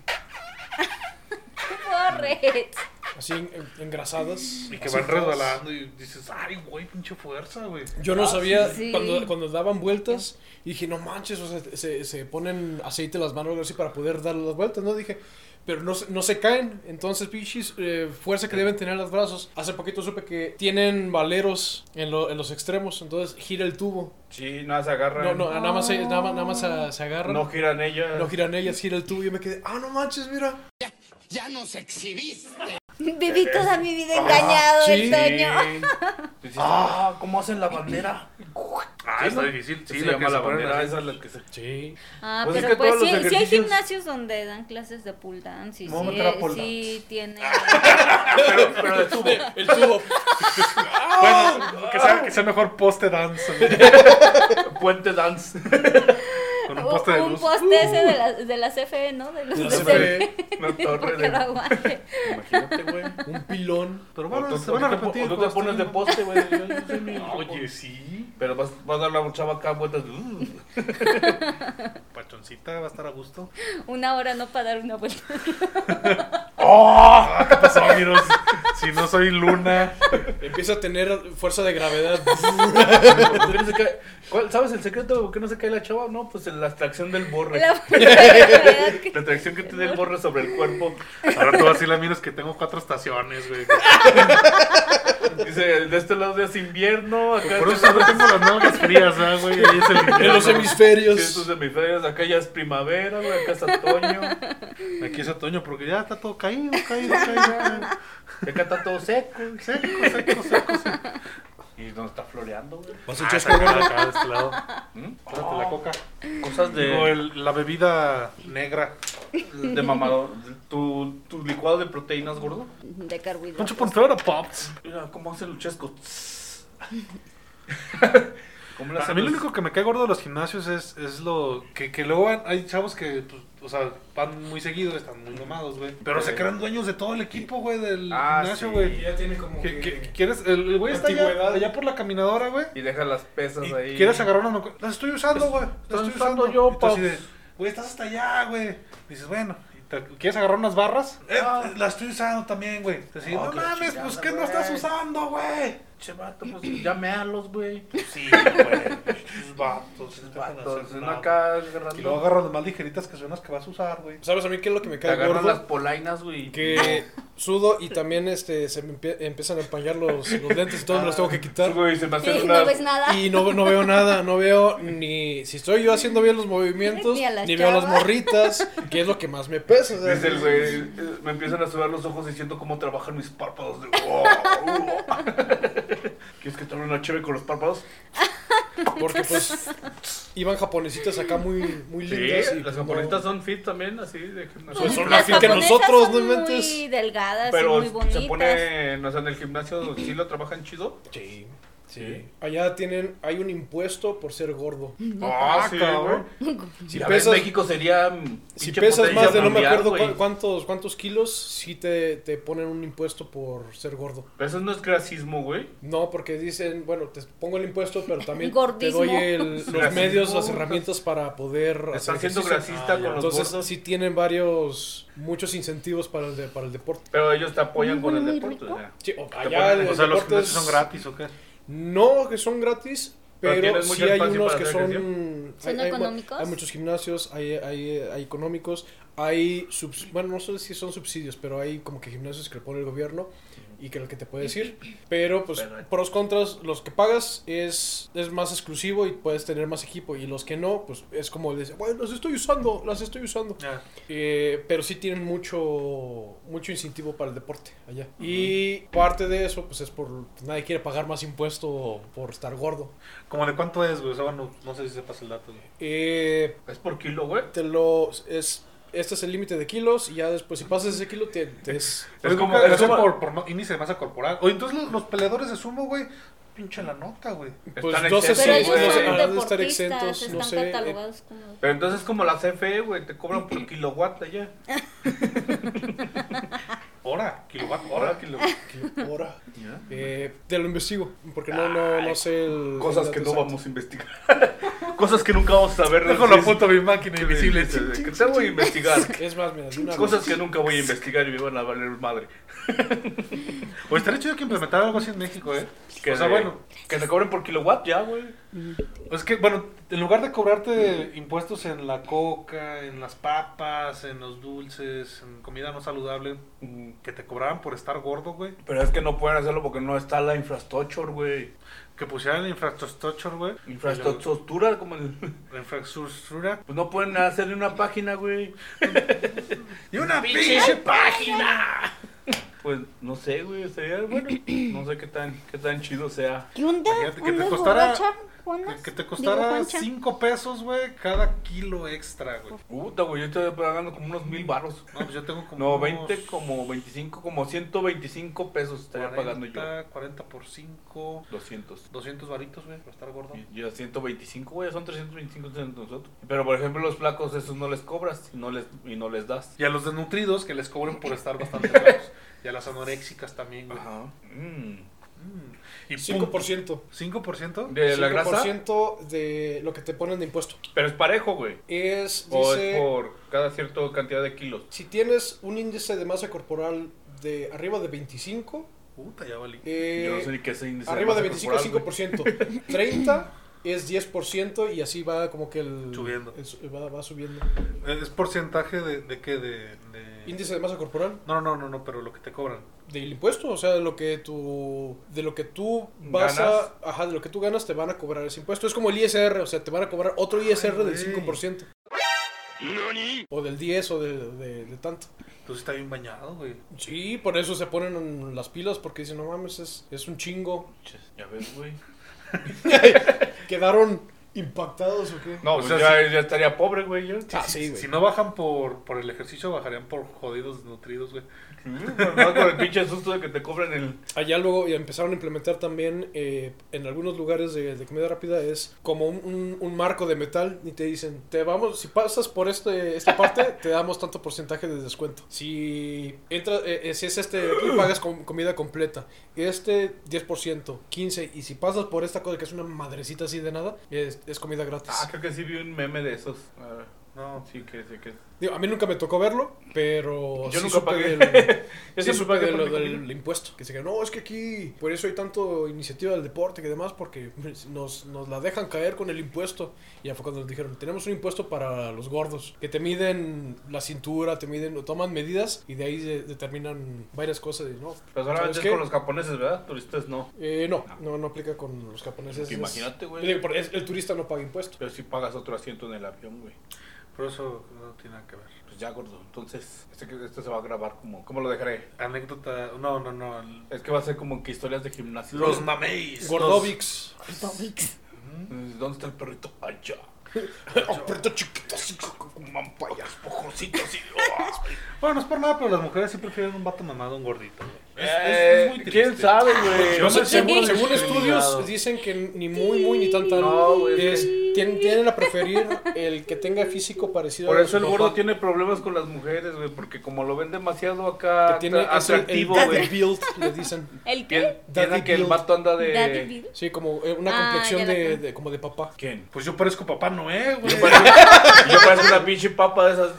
Correcto. Así en- engrasadas. y que Así van todas. resbalando y dices, ay, güey, pinche fuerza, güey. Yo no sabía, Ah, sí. cuando, cuando daban vueltas, dije, no manches, o sea, se, se ponen aceite en las manos así para poder dar las vueltas, ¿no? Dije, pero no, se- no se caen, entonces, pinches, eh, fuerza que deben tener los brazos. Hace poquito supe que tienen valeros en, lo- en los extremos, entonces gira el tubo. Sí, nada, se agarran. No, no, nada más, se- nada más, nada más se, se agarran. no No. giran ellas. giran ellas, gira el tubo. y Yo me quedé, ah, no manches, mira. Viví toda mi Ah, vida engañado sí. el Toño. Sí. Dices, ah, ¿cómo hacen la bandera? Ah, Ah, está difícil. Sí, se la llama la que se ponen bandera. ahí. Esa es la que se... Sí. Ah, Pues es pero que pues todos los sí, sí hay ejercicios- gimnasios donde dan clases de pull dance. Y Me voy a meter a sí, pole sí tiene. Pero, pero de tubo. El tubo. Bueno, que Ah. sea, que sea mejor poste dance. güey. Puente dance. Con un Un poste de un luz. poste ese de la, de la CFE, ¿no? De los La E, de CFE. Una torre Porque de... lo aguante. Imagínate, güey. Un pilón. Pero O bueno, tú- se o van a tú te po- repetir. o tú te cosas, pones de ¿no? poste, güey. Yo- yo soy mi- Oye, sí. Pero vas, vas a dar la chava acá vueltas. uh. Pachoncita va a estar a gusto. Una hora no para dar una vuelta. ¡Oh! ¿Qué pasó, Miros? Si no soy luna. Empieza a tener fuerza de gravedad. ¿Por qué no se cae? ¿Cuál- ¿Sabes el secreto de por qué no se cae la chava? No, pues en la atracción del borre. La La, verdad que- atracción que tiene el borre sobre el cuerpo. Ahora tú así la miras que tengo cuatro estaciones, güey. Dice, de este lado es invierno, acá Por eso no tengo las nalgas frías, ¿ah, güey? Ahí es el En los invierno. hemisferios. estos hemisferios, acá ya es primavera, güey, acá es otoño, Aquí es otoño porque ya está todo caído, caído, caído. acá está todo seco. Seco, seco, seco, seco. Y no está floreando, güey. Vas a Ah, echar está escoba. acá, acá de este lado. Espérate, la coca. ¿Mm? Cosas Digo, de, el- la bebida negra. de mamador. ¿Tu, tu licuado de proteínas, gordo. De Poncho carbohidratos. Pontero Pops. Mira cómo hace el luchesco. ¿Cómo A mí lo único que me cae gordo de los gimnasios es, es lo que, que luego van- hay chavos que, pues, o sea, van muy seguidos, están muy mamados, güey. Pero se creen dueños de todo el equipo, güey, del Ah, gimnasio, sí. güey. Ya tiene como Que, que- que quieres, el el güey está allá, Antigüedad. allá por la caminadora, güey. Y deja las pesas Y ahí. quieres agarrar unas mancuernas. Las estoy usando, güey. Las estoy estoy usando usando. yo, Y tú así Pau. de, Güey, estás hasta allá, güey. Dices, bueno. y te- ¿Quieres agarrar unas barras? Eh, las estoy usando también, güey. Te dices, Ah, no qué mames, chingada, pues ¿qué no estás güey. usando, güey? Che, vato, pues ya mealos, güey. Sí, güey. Sus vatos. sus vatos, Entonces, no nada. acá Y luego agarrando. agarras las más ligeritas que son las que vas a usar, güey. ¿Sabes a mí qué es lo que me Te cae agarran las gordo? polainas, güey. Que sudo y también este se me empie- empiezan a empañar los, los lentes y todo, me los tengo que quitar. Güey, se me hace Sí, una- no ves nada. Y no, no veo nada, no veo ni si estoy yo haciendo bien los movimientos, Ni ni, a las veo a las chavas. morritas, que es lo que más me pesa. o sea, Dice el güey, eh, me empiezan a sudar los ojos y siento cómo trabajan mis párpados. De, ¡Wow! ¿Quieres que tome una chévere con los párpados? Porque pues iban japonesitas acá muy, muy lindas. y pues, no- son fit también, así de gimnasio. Pues son Las más fit que japonesas nosotros, son no muy inventes. delgadas y Pero muy bonitas. se pone, o sea, en el gimnasio sí lo trabajan chido. Sí, sí. Allá tienen, hay un impuesto por ser gordo. Mm. Ah, sí, cabrón. güey. Si Ya ves, pesas, México sería. mm, si pinche pesas potencia más de no me mundial, acuerdo güey. cu- cuántos, cuántos kilos, sí te, te ponen un impuesto por ser gordo. Pero eso no es racismo, güey. No, porque dicen, bueno, te pongo el impuesto, pero también Gordismo. te doy el- los Racismo. medios, las herramientas para poder Están hacer siendo ejercicio. Ah, racista con los Entonces gordos. sí tienen varios, muchos incentivos para el, de- para el deporte. Pero ellos te apoyan con el deporte. o sea. Sí, o- Te allá ponen- los o sea, los deportes gimnasios son gratis, ¿o qué? No, que son gratis, Pero pero, tienes sí mucho hay espacio unos para que hacer son... ¿Son hay- hay- económicos? Hay, muchos gimnasios, hay, hay, hay económicos, hay... subs- bueno, no sé si son subsidios, pero hay como que gimnasios que le pone el gobierno y que el que te puede decir. Pero pues Pero- pros contras, los que pagas es, es más exclusivo y puedes tener más equipo y los que no, pues es como decir, bueno, las estoy usando, las estoy usando. Ya. Eh, pero sí tienen mucho mucho incentivo para el deporte allá. Y parte de eso, pues es por. Nadie quiere pagar más impuesto por estar gordo. Como de cuánto es, güey. O sea, bueno, no sé si sepas el dato, güey. Eh, Es por kilo, güey. te lo. Es, este es el límite de kilos. Y ya después, si pasas ese kilo, te, te es. Es Es como, como- es es como- por, por ma- índice de masa corporal. O entonces los, los peleadores de sumo, güey, pinche la nota, güey. Pues Están no sé exentos, si Pero ellos güey. no sé, son han de estar deportistas, exentos, están no sé. eh, catalogados como... Pero entonces es como la CFE, güey, te cobran por kilowatt allá. Hora, kilowatt, Ahora hora. kilowatt. ahora, eh, te lo investigo, porque no, no, no sé el. Cosas el que dato no exacto. vamos a investigar. Cosas que nunca vamos a saber. Dejo la foto de mi máquina invisible. invisible. Que te voy a investigar. Es más, mira, de una Cosas vez. que nunca voy a investigar y me van a valer madre. O Pues, estaría chido que implementara algo así en México, eh. Que o sea, de- bueno. Que te cobren por kilowatt ya, güey. Es que, bueno, en lugar de cobrarte impuestos en la coca, en las papas, en los dulces, en comida no saludable, Mm. que te cobraban por estar gordo, güey. Pero es que no pueden hacerlo porque no está la infraestructura, güey. Que pusieran infraestructura, güey. Infraestructura, como el. La infraestructura. Pues no pueden hacer ni una página, güey. ¡Y una pinche página! Pues no sé, güey, sería bueno. No sé qué tan, qué tan chido sea. ¿Qué onda? Imagínate que te ¿Andas costara- borracha, Juana? Que, que te Digo, costara Juancha. 5 pesos, güey, cada kilo extra, güey. Puta, güey, yo estoy pagando como unos mil barros. No, pues yo tengo como. No, unos 20, como 25, como 125 pesos estaría 40, pagando yo. 40 por 5, 200. 200 varitos, güey, para estar gordo. Y Yo 125, güey, son 325 de nosotros. Pero por ejemplo, los flacos, esos no les cobras y no les, y no les das. Y a los desnutridos que les cobren por estar bastante gordos. Y a las anoréxicas también, güey. Ajá. Mm. Y pum, 5%. ¿5%? De la grasa, 5% de lo que te ponen de impuesto. pero es parejo, güey. Es, O dice, es por cada cierta cantidad de kilos. si tienes un índice de masa corporal de arriba de 25, Puta, ya valí. eh, Yo no sé ni qué es índice arriba de masa 25 es corporal, 5%, 30 es 10% y así va como que el... Subiendo. el su- va, va subiendo. ¿Es porcentaje de, de qué? De, de- Índice de masa corporal No, no, no, no, pero lo que te cobran. del impuesto, o sea, de lo que tú de lo que tú vas Ganas. a, ajá, de lo que tú ganas te van a cobrar ese impuesto. Es como el ISR, o sea, te van a cobrar otro ISR del güey. 5%. O del 10 o de, de- de tanto. Tú sí está bien bañado, güey. Sí, por eso se ponen en las pilas porque dicen, no mames, es, es un chingo. Ches, Ya ves, güey. ¿Quedaron impactados o qué? No, O pues sea, ya, ya estaría pobre, güey. Yo. Ah, sí, güey. Si no bajan por, por el ejercicio, bajarían por jodidos desnutridos, güey. No, con el pinche susto de que te cobran el. Allá luego ya empezaron a implementar también eh, en algunos lugares de, de comida rápida es como un, un- un marco de metal y te dicen, te vamos, si pasas por este, esta parte, te damos tanto porcentaje de descuento. Si entras, eh, eh, si es este, aquí pagas com- comida completa, este 10%, 15%, y si pasas por esta cosa que es una madrecita así de nada, es, es comida gratis. Ah, creo que sí vi un meme de esos. A ver, No, sí que, sí que. Digo, a mí nunca me tocó verlo, pero Yo sí nunca supe pagué. del- Yo sí siempre supe pagué de por lo mi del comida. impuesto. Que se que no, es que aquí por eso hay tanto iniciativa del deporte que demás, porque pues, nos, nos la dejan caer con el impuesto. Y ya fue cuando nos dijeron, tenemos un impuesto para los gordos, que te miden la cintura, te miden, o toman medidas y de ahí de- determinan varias cosas. Y, no, ¿sabes Pero solamente es qué? Pues con los japoneses, ¿verdad? Turistas no. Eh, no, no, no aplica con los japoneses. Porque es- imagínate, güey. digo, porque es- El turista no paga impuesto. Pero si pagas otro asiento en el avión, güey. pero eso no tiene nada que ver. Pues ya, gordo. Entonces, este, que- esto se va a grabar como. ¿Cómo lo dejaré? Anécdota, no, no, no. el- Es que va a ser como que historias de gimnasio. Los mameis. Gordovics. Mm, ¿Dónde está el perrito? Allá. Aperto chiquito, así, Mampayas, pojositos y. los- Bueno, no es por nada, pero las mujeres sí prefieren un vato mamado a un gordito, güey. Es- es- es muy Eh, ¿Quién triste. sabe, güey? Yo me- Según, Según- según estudios Discriminado. dicen que ni muy muy ni tan tan No, güey, es Es- tienen, tienen a preferir el que tenga físico parecido Por a eso el su gordo papá, tiene problemas con las mujeres, güey. Porque como lo ven demasiado que acá tiene atra- es el- el atractivo, daddy güey. build le dicen ¿El qué? Pien- Daddy Piensan que el build. vato anda ¿Daddy de. Bill? sí como eh, una Ah, complexión ya la de, tengo. de- como de papá ¿Quién? Pues yo parezco papá Noé, güey. Yo parezco, yo parezco una pinche papa de esas.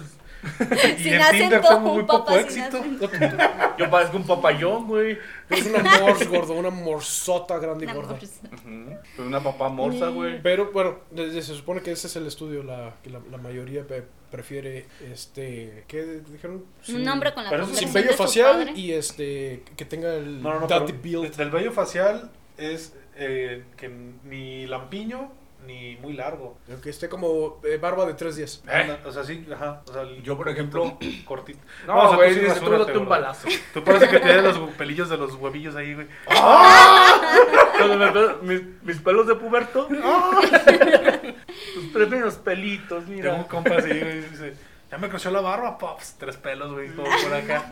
Y Sin en Tinder acento, tengo muy un papá poco sin éxito. acento. Yo parezco un papayón, güey. es una morse gordo una morsota grande y Una gorda morsa. Soy Pues una papá morsa, Mm. güey. pero bueno desde- se supone que ese es el estudio la que la, la mayoría pe- prefiere este qué dijeron Un hombre con la Pero eso sin complexión vello de su facial padre. y este que tenga el No, no, no. daddy pero build Del vello facial es eh, que ni lampiño ni muy largo. que esté como eh, barba de tres días Anda, O sea, sí, ajá. O sea, el- Yo, por ejemplo. cortito. No, o sea, güey, sí dices, tú rasúrate, date un gordo. balazo. Tú parece que tienes los pelillos de los huevillos ahí, güey. ¡Ah! Cuando me veo mis, mis pelos de puberto. ¡Ah! Tus primeros pelitos, Tengo un mira. compa así, güey. Dice, ya me creció la barba, pops. Tres pelos, güey, todo por acá.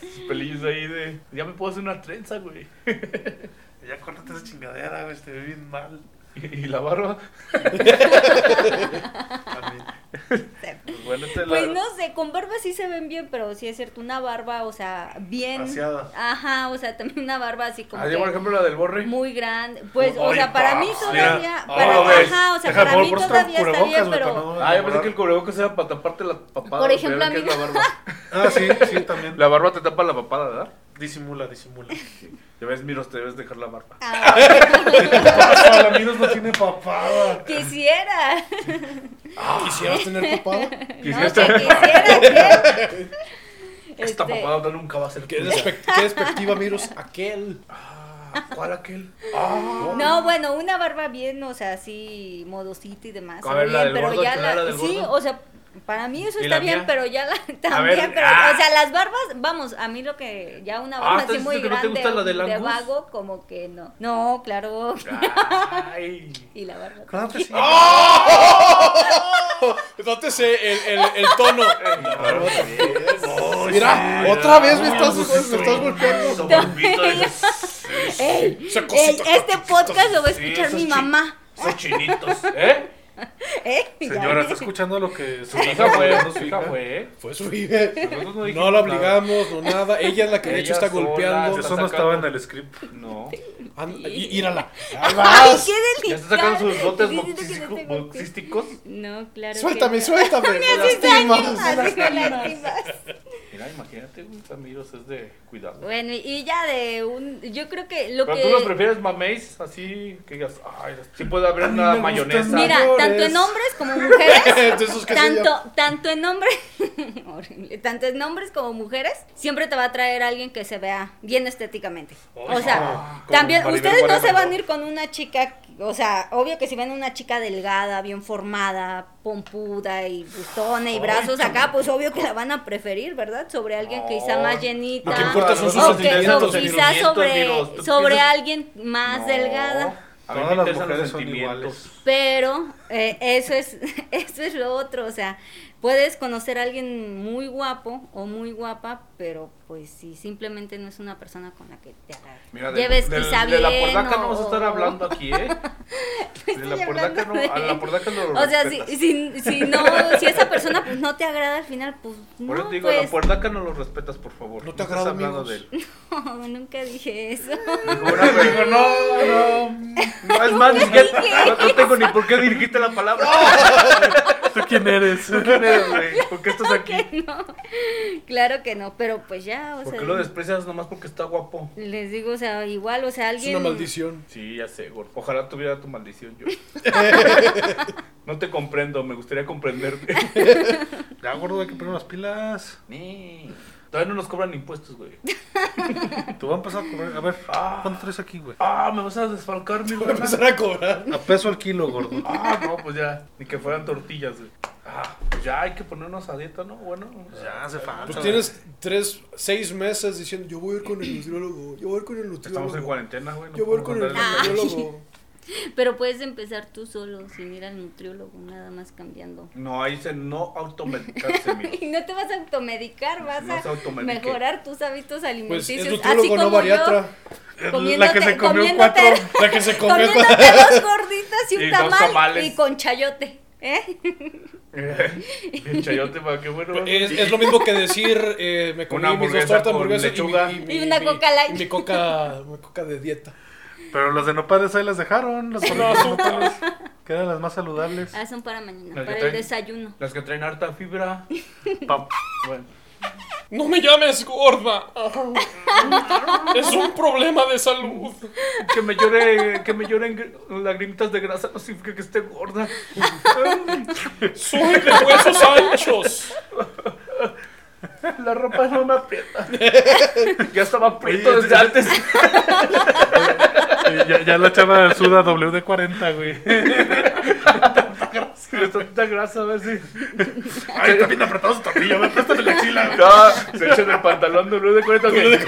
Tus pelillos ahí de. Ya me puedo hacer una trenza, güey. Ya córtate esa chingadera, güey. Te ve bien mal. Y la barba. También. Pues bueno, te la. Pues no sé, con barba sí se ven bien, pero sí es cierto, una barba, o sea, bien. Faciada. Ajá, o sea, también una barba así como Así, que Ah, por ejemplo, la del borre. muy grande. Pues, o Ay, sea, para mí paps, todavía, mira. para, Ah, ves. ajá, o sea, Deja, para por- mí por eso todavía está cubrebocas, bien, güey, para pero no Ah, yo pensé enamorar. que el cubrebocas era para taparte la papada. Por ejemplo, pero a que mí es la no. barba. Ah, sí, sí, también. La barba te tapa la papada, ¿verdad? Disimula, disimula. Ya ves, miros, te debes dejar la barba. Ah, Palaminos no tiene papada. quisiera. quisieras tener papada No, Quisiera que tener- quisiera que- Esta Este, papada nunca va a ser Qué, tuya. despec- qué despectiva, Miros. Aquel. Ah, ¿Cuál aquel? No, bueno, una barba bien, o sea, así modosita y demás. A ver, bien, la del pero gordo, ya ¿quién era la, del sí, gordo? o sea, Para mí eso ¿Y está la bien, mía? pero ya la, también, ver, pero, ah. o sea, las barbas, vamos, a mí lo que, ya una Ah, barba ¿estás así muy diciendo que no te grande, gusta la del de Angus? vago, como que no, no, claro, Ay. y la barba. Claro que sí. ah, Nótese el, el, el tono. Oh, Mira, sí. otra vez me No, estás, pues, me estás golpeando. Ey, Esa ey, cosita está este podcast lo va a escuchar esos mi chi- mamá, Son chinitos. ¿Eh? ¿eh? Ya Señora, ves. está escuchando lo que su Su hija fue, no, su hija fue, ¿eh? Fue su hija. Nosotros no dijimos No la nada. obligamos, no nada. Ella es la que de hecho Ella está sola, golpeando. está Eso no sacando. estaba en el script. No. Anda, y- Írala. Ahí Ay, vas. qué Ya delicado. está sacando sus dotes Estoy boxístico- diciendo que no tengo que- boxísticos. No, claro. que Suéltame, no. suéltame. Me haces daño, Lastimas. así me lastimas. Mira, imagínate, un amigos es de cuidado. Bueno, y- y ya de un. Yo creo que lo Pero que. tú los prefieres mameis, así que digas, ay, sí puede haber A mí una me gustan mayonesa. Mira, sabores. tanto en hombres como mujeres. De esos que se tanto, llaman. tanto en hombres. horrible, Tanto en hombres como mujeres. Siempre te va a traer alguien que se vea bien estéticamente. o sea, como también. Maribel Ustedes no se Guardia, van ¿no? a ir con una chica. O sea, obvio que si ven una chica delgada, bien formada, pompuda y bustona y brazos acá, pues obvio que la van a preferir, ¿verdad? Sobre alguien que quizá más llenita. Lo que importa son sus o que- sentimientos, o quizás sentimientos, sobre, amigos. ¿Tú sobre piensas? alguien más delgada. A mí me Todas las interesan los mujeres son sentimientos. Pero eh, eso es eso es lo otro, o sea, puedes conocer a alguien muy guapo o muy guapa, pero pues si simplemente no es una persona con la que te haga- Mira, de, lleves del- quizá de la bien pordaca no o- vas a estar hablando aquí, ¿eh? De Estoy la pordaca no, hablando a la de- pordaca no lo O sea, si, respetas. si, si no si esa persona pues no te agrada al final, pues Por eso no te digo, a la pues pordaca no lo respetas, por favor. No te estés agrada, hablando amigos. de él. nunca dije eso. Digo, no, no. Es más, ni Nunca siquiera- dije no, no tengo ni por qué dirigirte la palabra. ¿Tú quién eres? ¿Tú quién eres, güey? ¿Por qué estás aquí? que no. Claro que no, pero pues ya, o ¿Por sea, qué lo desprecias nomás porque está guapo? les digo, o sea, igual, o sea, Es alguien una maldición. Sí, ya sé, gordo. Ojalá tuviera tu maldición yo. No te comprendo, me gustaría comprenderte. Ya, gordo, hay que poner unas pilas. Ni. Todavía no nos cobran impuestos, güey. Tú vas a empezar a correr. A ver, Ah. ¿cuánto traes aquí, güey? Ah, me vas a desfalcar mi Voy a hermana. empezar a cobrar. A peso al kilo, gordo. Ah, no, pues ya. Ni que fueran tortillas, güey. Ah, pues ya hay que ponernos a dieta, ¿no? Bueno, Ya Ah, hace Ah, falta. Pues tienes tres, seis meses diciendo, yo voy a ir con el nutriólogo, yo voy a ir con el nutriólogo. Estamos en cuarentena, güey. no Yo voy a ir con podemos el Ah. andar en la calle. nutriólogo. Pero puedes empezar tú solo, sin ir al nutriólogo, nada más cambiando. No, ahí dice no automedicarse, amigo. Y no te vas a automedicar, vas No se a automedique. mejorar tus hábitos Pues es alimenticios. así nutriólogo, como no bariatra. yo, La que comiéndote- se comió comiéndote- cuatro. La que se comió comiéndote dos gorditas y un Y dos tamal tamales. y con chayote. ¿eh? El chayote, para qué bueno. Es, es lo mismo que decir, eh, me comí Una mis dos hamburguesa tortas con hamburguesas y, mi- lechuga. mi- Y una mi- Coca Light. Y mi coca, mi coca de dieta. Pero las de nopales ahí las dejaron. Las gorditas de nopales. Que eran las más saludables. Ah, son para mañana, Las que para el traen- desayuno. Las que traen harta fibra. Pa- Bueno. No me llames gorda. Es un problema de salud. Que me llore, que me lloren gr- lagrimitas de grasa no significa que esté gorda. Soy de huesos anchos. La ropa no me aprieta. Ya estaba aprieto desde antes. Y ya, ya la chava suda WD-40, güey. Si le tanta grasa, a ver si. Ay, está bien apretado su tornillo. Me préstame la axila. No, se echa del pantalón de de cuenta que.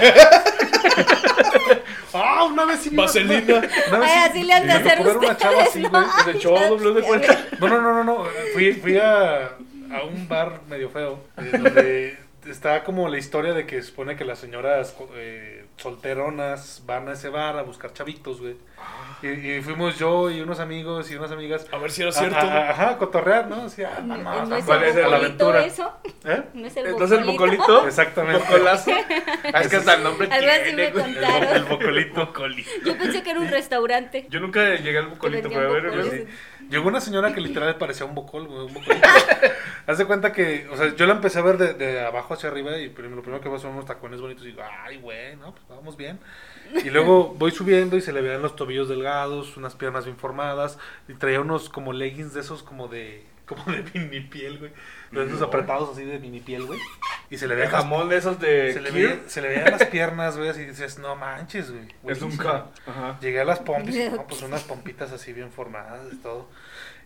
Ah, una vez sí. me- Vaselina. Una vez Ay, sí- así le han de me tocó hacer ver una chava así, ustedes, güey. ¿no? Se echó doble de cuenta. No, no, no, no, no. Fui, fui a, a un bar medio feo, eh, donde está como la historia de que supone que las señoras eh, solteronas van a ese bar a buscar chavitos, güey. Y, y fuimos yo y unos amigos y unas amigas. A ver si era a- Ah, cierto. a- a- ajá, a cotorrear, ¿no? Así, ah, ¿No mamá, no es ¿cuál es el la bocolito aventura? eso? ¿Eh? ¿No es el Entonces el bocolito? bocolito. Exactamente. Bocolazo. Ah, Es que hasta el nombre Algo así me tiene, güey. contaron. El bocolito. bocolito. Yo pensé que era un restaurante. Yo nunca llegué al bucolito, Que pero a ver, vendían güey. bocoles. Llegó una señora que literal parecía un bocol, güey, un bocolito. Haz de cuenta que, o sea, yo la empecé a ver de, de abajo hacia arriba y prim- lo primero que veo son unos tacones bonitos y digo, ay, güey, no, pues vamos bien. Y luego voy subiendo y se le veían los tobillos delgados, unas piernas bien formadas y traía unos como leggings de esos como de, como de mini piel, güey. De esos apretados así de mini piel, güey. Y se le De veían las, jamón de esos de. se le Kir. veía- se le veían las piernas, güey, así dices, no manches, güey. Es un buenísimo". K. Ajá. Llegué a las pompis, y, no, pues unas pompitas así bien formadas y todo.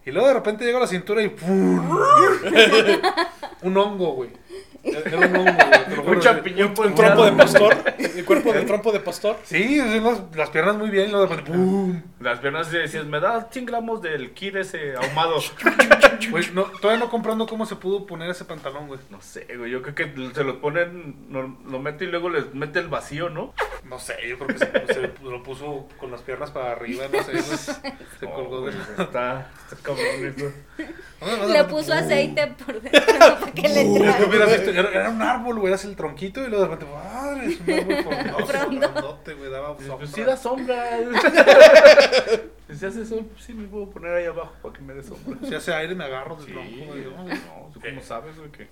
Y luego de repente llego a la cintura y ¡pum! un hongo, güey. Era un hongo, güey. te lo juro, Un champiñón por Un trompo de pastor. El cuerpo de trompo de pastor. Sí, sí, las, las piernas muy bien y luego de repente ¡pum! Las piernas y decías, me da 100 gramos del kir ese ahumado. Güey, no, todavía no comprando cómo se pudo poner ese pantalón, güey. No sé, güey. Yo creo que se lo ponen. no- lo mete y luego les mete el vacío, ¿no? No sé, yo creo que se, se lo puso con las piernas para arriba, no sé. pues, se No, colgó de güey, Está, está cabrón eso. No, no, de Le repente, puso ¡pum! aceite por dentro para que le Es que entrara. hubieras visto, era, era un árbol, güey, eras el tronquito y luego de repente, madre, es un árbol frondoso, Frondoso. grandote, güey, daba Pues, pues, sombra. sí da sombra. si se hace sol, pues, sí me puedo poner ahí abajo para que me dé sombra. Pues Si hace aire me agarro del Sí, tronco, güey. no, ¿no? no, ¿tú cómo sabes, güey? Que...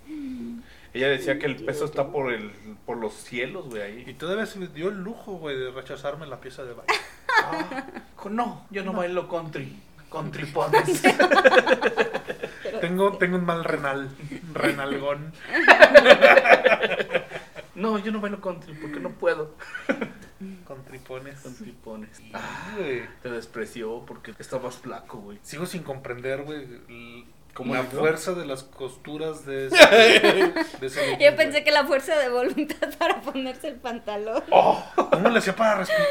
Ella decía que el peso está por el por los cielos, güey, Y ahí. todavía se me dio el lujo, güey, de rechazarme la pieza de baile. Ah, No, yo no bailo country. Country Tengo, tengo un mal renal, un renalgón. No, yo no bailo country porque no puedo. Con tripones. Country pones. Sí, güey. Ah, Te despreció porque estabas flaco, güey. Sigo sin comprender, güey, l- ¿Cómo la dijo? fuerza de las costuras de ese. de ese Yo lujo, pensé güey. que la fuerza de voluntad para ponerse el pantalón. ¿Cómo le hacía para respirar?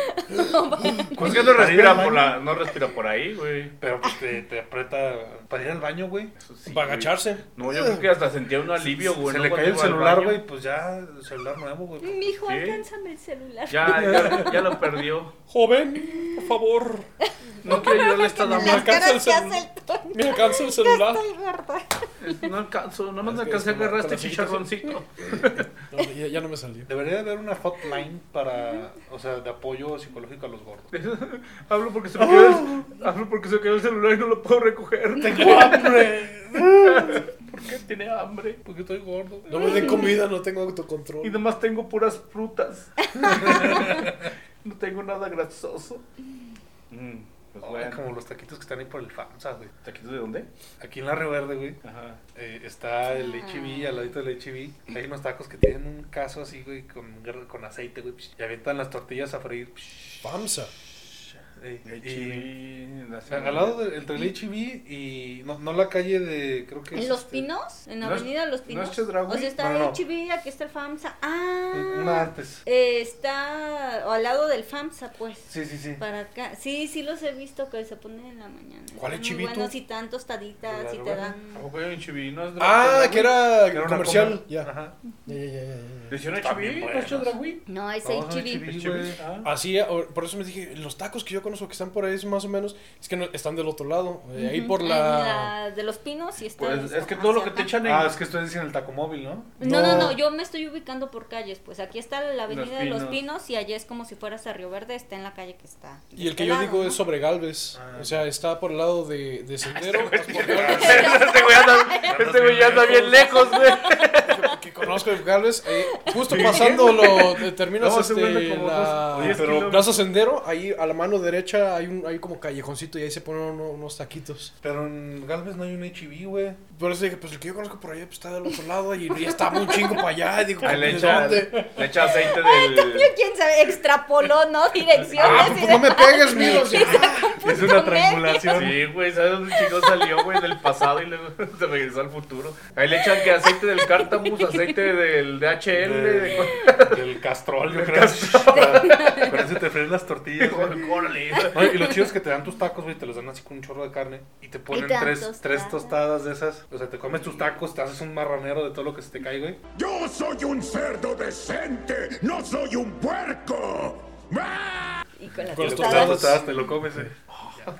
Pues que no Para ir respira al baño. por la, no respira por ahí, güey. Pero pues, te, te aprieta para ir al baño, güey. Eso sí, Para güey. agacharse. No, yo creo que hasta sentía un alivio, güey. Se ¿no? le Cuando cae el iba al celular, baño. güey, pues ya, el celular nuevo, güey. Mijo, Sí. alcánzame el celular. Ya, ya, ya lo perdió. Joven, por favor. No quiero yo le esta dama. Las alcanza el caras que celu- hace el Toño. Me alcanza el celular. Estoy gorda. Eh, No alcanzo, nomás me Es que alcancé a es como- agarrar con este las chiquitas- chicharroncito. No, ya, ya no me salió. Debería de haber una hotline para, o sea, de apoyo psicológico a los gordos. Hablo porque se me quedó el, hablo porque se me quedó el celular y no lo puedo recoger. Tengo hambre. ¿Por qué tiene hambre? Porque estoy gordo. No me den comida, no tengo Y autocontrol. nomás tengo puras frutas. No tengo nada grasoso. Mm, pues Ay, bueno. como los taquitos que están ahí por el FAMSA, güey. ¿Taquitos de dónde? Aquí en la Río Verde, güey, Ajá. eh, está el Ah. HIV, al ladito del HIV. Hay unos tacos que tienen un caso así, güey, con, gr- con aceite, güey. psh, Y avientan las tortillas a freír. psh, Pamsa. eh, El y- chili, la al al lado de- entre el HIV y no, no la calle de creo que es, ¿En Los este, Pinos? ¿En ¿No es- Avenida Los no es Pinos? Chedraui? o sea, está No, no, no. HB, aquí está el FAMSA. una Ah, antes. eh, está o al lado del FAMSA, pues. Sí, sí, sí. Para acá. Sí, sí los he visto que se ponen en la mañana. ¿Cuál Están es Muy Chivito? buenos y tan tostaditas y te dan. ¿A poco hay un chibi? ¿No es Ah, que Que era era una comercial. coma. Ya. Ajá. Ya, ya, ya, ya, ya. ¿Decía una También chibi? ¿No buenos. es chedraui? No, es Vamos a un HB. HIV, güey. Ah. Así, o- por eso me dije, los tacos que yo conozco que están por ahí, más o menos, es que no- están del otro lado. eh, ahí por la... de los pinos y está. Pues es está que todo lo hacia que te acá. echan en Ah, es que estoy diciendo el taco móvil, ¿no? No, No. no, no, yo me estoy ubicando por calles, pues aquí está la avenida Los de los Pinos. Pinos y allá es como si fueras a Río Verde, está en la calle que está. de Y el este que yo lado, digo ¿no? es sobre Galvez. O sea, está por el lado de, de Sendero. vas por Galvez, este güey anda, este güey ya anda bien lejos, güey. que conozco de Galvez. eh, justo pasando lo eh, terminas No, ese güey anda este, como la dos- diez pero kilómetros. Plaza Sendero, ahí a la mano derecha hay un hay como callejoncito y ahí se ponen uno- unos taquitos. Pero en Galvez no hay un HIV, güey. Por eso dije, pues el que yo conozco por allá pues, está del otro lado y, y está muy chingo para allá. y Digo, Ah, Le ¿de echa, dónde? le echa aceite del. Yo quién sabe, extrapoló, ¿no? Ah, Direcciones y pues no me pegues, mío. Es una medio. triangulación. Sí, güey, ¿sabes dónde chico salió, güey? Del pasado y luego se regresó al futuro. Ahí le echan que aceite del cártamus, aceite del DHL, De- de Del castrol, yo creo. Con eso te frenan las tortillas, güey. Órale. No, y lo chido es que te dan tus tacos, güey, te los dan así con un chorro de carne y te ponen Y te dan tres, tostadas. tres tostadas de esas. O sea, te comes tus tacos, te haces un marranero de todo lo que se te cae, güey. Yo soy un cerdo decente, no soy un puerco. ¡Ah! y con las Con Tus las tostadas. tostadas, tostadas. tostadas, te lo comes, güey. Ah,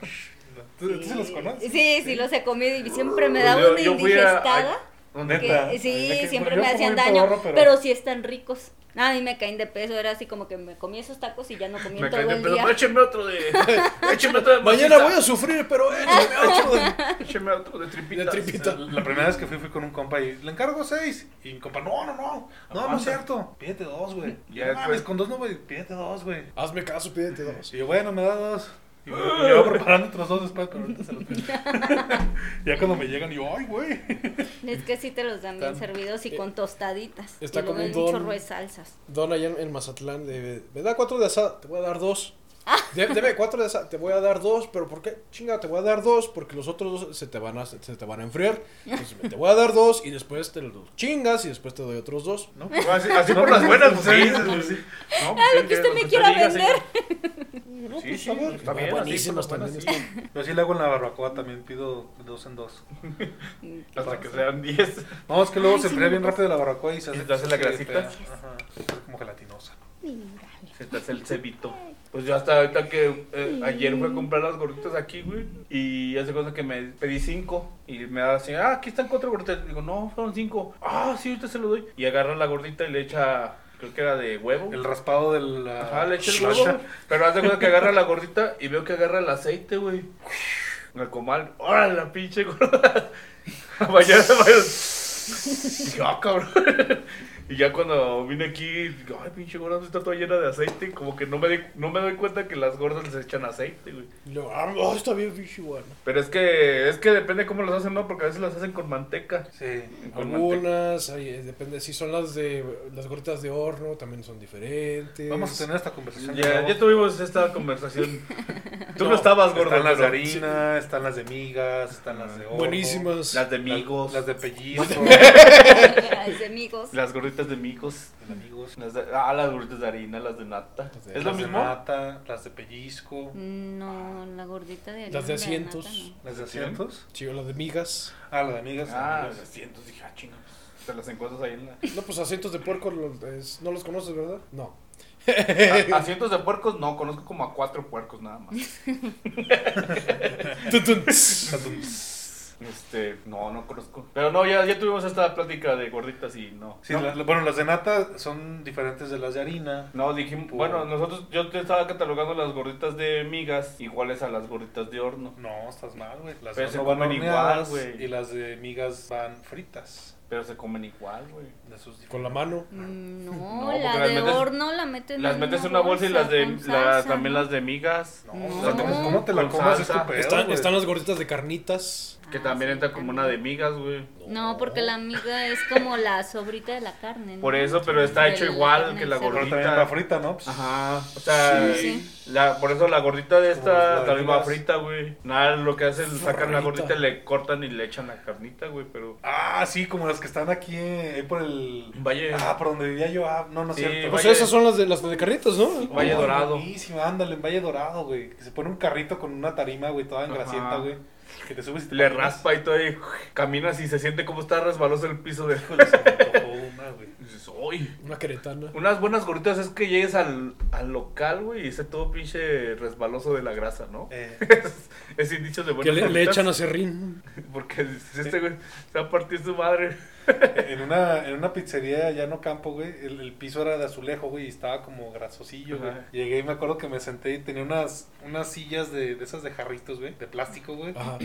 ¿Tú, tú se los conoces? Sí, sí, los he comido y siempre me da Yo- una yo fui a- indigestada. ¿Dónde que- está? sí, Es que siempre yo me como hacían bien daño, pedorro, pero... sí están ricos. A mí me caen de peso, era así como que me comí esos tacos y ya no comí Me en todo caí de el pedo. día. pero Écheme otro de. Écheme otro de. Mañana voy maciza, a sufrir, pero échame ocho de, Écheme otro de de tripitas. tripita. La primera vez que fui, fui con un compa y le encargo seis. Y mi compa, no, no, no, no, no es cierto. Pídete dos, güey. Ya Ya, no, mames, después- con dos no, güey. Pídete dos, güey. Hazme caso, pídete dos. Y yo, bueno, me da dos. Y Y yo yo iba preparando otros dos después, pero ahorita se los pido. ya cuando me llegan, yo, ay, güey. Es que sí te los dan bien servidos eh, y con tostaditas. Está y luego como un un don. chorro de salsas. Don allá en, en Mazatlán, de, me da cuatro de asada, te voy a dar dos. De- deme cuatro de asada, te voy a dar dos, pero ¿por qué? Chinga, te voy a dar dos porque los otros dos se te van a, se, te van a enfriar. Entonces me- te voy a dar dos y después te los chingas y después te doy otros dos. ¿No? Así, así No, por pues, las buenas, pues, pues sí. sí, pues, sí. No, pues, Ah, sí, lo que usted me quiera diga, sí. vender. No, Sí, pues, sí, a ver, está bien, buenísimos así por las también. buenas, sí. Yo sí le hago en la barbacoa también, pido de dos en dos. Hasta que sean 10. No, es que luego Ay, se sí, enfría no. bien rápido la barbacoa y se Y te hace la se- grasita. se- Ajá, se hace como gelatinosa. Se te hace el cebito. Pues ya hasta ahorita que eh, ayer fui a comprar las gorditas aquí, güey. Y hace cosa que me pedí cinco. Y me da así, ah, aquí están cuatro gorditas. Digo, no, fueron cinco. Ah, sí, ahorita se lo doy. Y agarra la gordita y le echa, creo que era de huevo. El raspado del. Ajá, Ah, le echa el huevo. güey. Pero hace cosa que agarra la gordita y veo que agarra el aceite, güey. En el comal. ¡Órale, la pinche gorda! A bañar, a bañar. Dije, ah, cabrón. Y ya cuando vine aquí, digo, ay, pinche gorda, pues, está toda llena de aceite. Y Como que no me, di- no me doy cuenta que las gordas les echan aceite, güey. Y luego, ah, oh, está bien, bicho, bueno. Pero es que, es que depende cómo las hacen, ¿no? Porque a veces las hacen con manteca. Sí. Con manteca. Algunas, ahí, eh, depende, si son las de las gorditas de horno, también son diferentes. Vamos a tener esta conversación. de Ya, nuevo. ya tuvimos esta conversación. Tú no, No, estabas gorda. Están las de pero- harina, están las de migas, están las de oro. Buenísimas. Las de Las, migos. las de pellizco. Ay, amigos. Las gorditas de micos. amigos. Las de- ah, las gorditas de harina, las de nata. Las de- ¿Es lo las de mismo? nata, las de pellizco, No, la gordita de Las de harina nata, asientos. las de asientos. Sí, o las de migas. Ah, las de migas. Ah, amigas. las asientos, dije, ah, chinga. pues, Te las encuentras ahí en la... No, pues asientos de puerco los- es- no los conoces, ¿verdad? No. A- asientos de puercos, no, conozco como a cuatro puercos nada más. Tun, tun. Este, no, no conozco. Pero no, ya, ya tuvimos esta plática de gorditas y no. Sí, no, la- la- bueno, las de nata son diferentes de las de harina. no, dijimos, bueno, nosotros, yo te estaba catalogando las gorditas de migas iguales a las gorditas de horno. No, estás mal, güey. Las Pero de se horno van comen igual, horneadas güey. y las de migas van fritas. Pero se comen igual, güey. De sus Con la mano. Mm, No, porque la las de metes- horno la meten Las en metes en una bolsa y las de, con la- salsa, también ¿no? las de migas. No, No. o sea, ¿cómo, cómo te la Con comas es salsa. tu pedo, Están, güey. están las gorditas de carnitas. Que Ah, también sí, entra como una de migas, güey. No, porque la miga es como la sobrita de la carne. ¿no? Por eso, pero está De hecho la igual carne que la del Pero cerdo. gordita. también la frita, ¿no? Pues, Ajá, o sea, Sí, la- por eso la gordita de Como las esta también va largas. frita, güey. Nada, lo que hacen, sacan Frita. la gordita, y le cortan y le echan la carnita, güey, pero... Ah, sí, como las que están aquí eh, ahí por el. Valle- Ah, por donde vivía yo. Ah, no, no es Sí, cierto. Pues Valle- esas son las de las de carnitas, Oh, ¿no? Valle Dorado. Buenísima, ándale, en Valle Dorado, güey. Que se pone un carrito con una tarima, güey, toda engrasienta, Ajá. güey. Que te subes y te Le pones. raspa y todo y caminas y se siente como está resbaloso el piso de... Híjole, se me antojó una, güey. Y dices, "Uy". Una queretana. Unas buenas gorditas es que llegues al, al local, güey, y esté todo pinche resbaloso de la grasa, ¿no? Eh, Es indicio de buenas Que le, le gorditas. echan a serrín. Porque dices, este güey se va a partir su madre. en, una, en una pizzería allá en Ocampo, güey, el, el piso era de azulejo, güey, y estaba como grasosillo, güey. Ajá. Llegué y me acuerdo que me senté y tenía unas, unas sillas de, de esas de jarritos, güey, de plástico, güey. Ajá.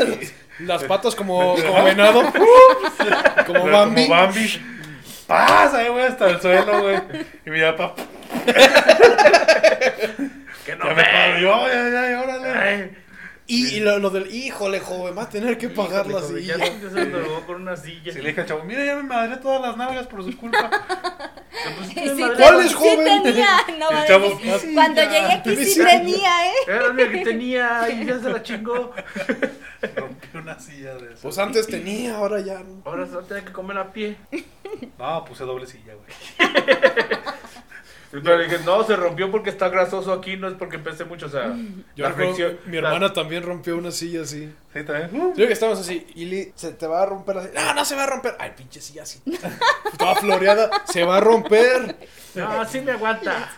Las patas como, como venado. Como Pero Bambi. Como Bambi. Pasa, eh, güey, hasta el suelo, güey. Y mi papá, Que no me... ya me paro yo, ya, ya, ya, órale. Ay. Y, y lo, lo del, híjole, joven, va a tener que pagar la Híjole, silla. Ya se endeudó con una silla. Si le dije al chavo, mira, ya me madré todas las nalgas por su culpa. "Pues, Sí, sí, ¿Cuál ten- es, sí joven? tenía, no, El va a chavo, decir, "Ah, sí, Cuando ya". llegué aquí sí Sí. tenía, ¿eh? Era la que tenía y ya se la chingó. Rompí una silla de eso. Pues antes tenía, ahora ya no. Ahora se va a tener que comer a pie. No, puse doble silla, güey. Pero le dije, no, se rompió porque está grasoso aquí, no es porque pese mucho, o sea... Yo la creo fricción- que mi la- hermana también rompió una silla así. Sí, también. uh, Yo creo que estábamos así. Y Lee, se te va a romper así. No, no se va a romper. Ay, pinche silla así. Toda floreada. Se va a romper. No, Ah, sí me aguanta.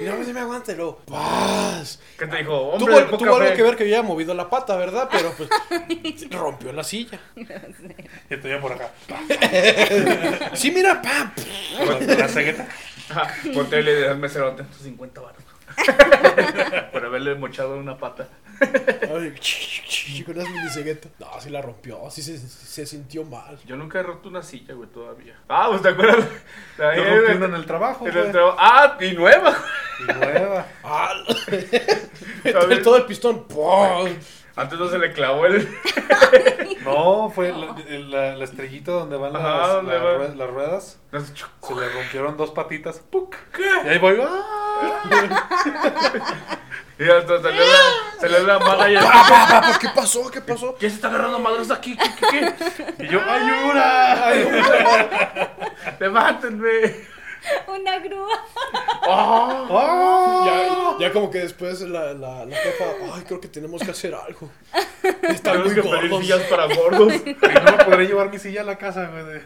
Y no, se me aguante, luego. ¡Paz! ¿Qué te dijo? Hombre, Tuvo, de poca tuvo algo fe. que ver que yo había movido la pata, ¿verdad? Pero pues rompió la silla. Y estoy por acá. Sí, mira, pam. Con la cegueta. Ajá, volteé y le dije al mesero, ten tus 50 baros. por haberle mochado una pata. Ay, con esa mini cegueta. No, sí la rompió, sí se, se sintió mal. Yo nunca he roto una silla, güey, todavía. Ah, pues te acuerdas. Ahí Yo en rompí el- una Eh, en el trabajo. en el güey. trabajo. Ah, y nueva. Y nueva. Ah, el- todo el pistón. ¡pum! Antes no se le clavó el. No, fue la, la- la estrellita donde van las, Ajá, ¿dónde las va? ruedas- las ruedas. Se le rompieron dos patitas. ¡Puc! ¿Qué? Y ahí voy. ¡Ah! Y hasta salió la, salió la mala y el- Ah, ¿Qué pasó? ¿Qué pasó? ¿Quién se está agarrando madres aquí? ¿Qué, qué, qué? Y yo, ¡ayuda! Levántenme. Una grúa. ¡Ah! Ya, ya como que después la, la, la jefa, ay, creo que tenemos que hacer algo. Están Tenemos muy que pedir gordos. sillas para gordos. Y no me podré llevar mi silla a la casa, güey. de-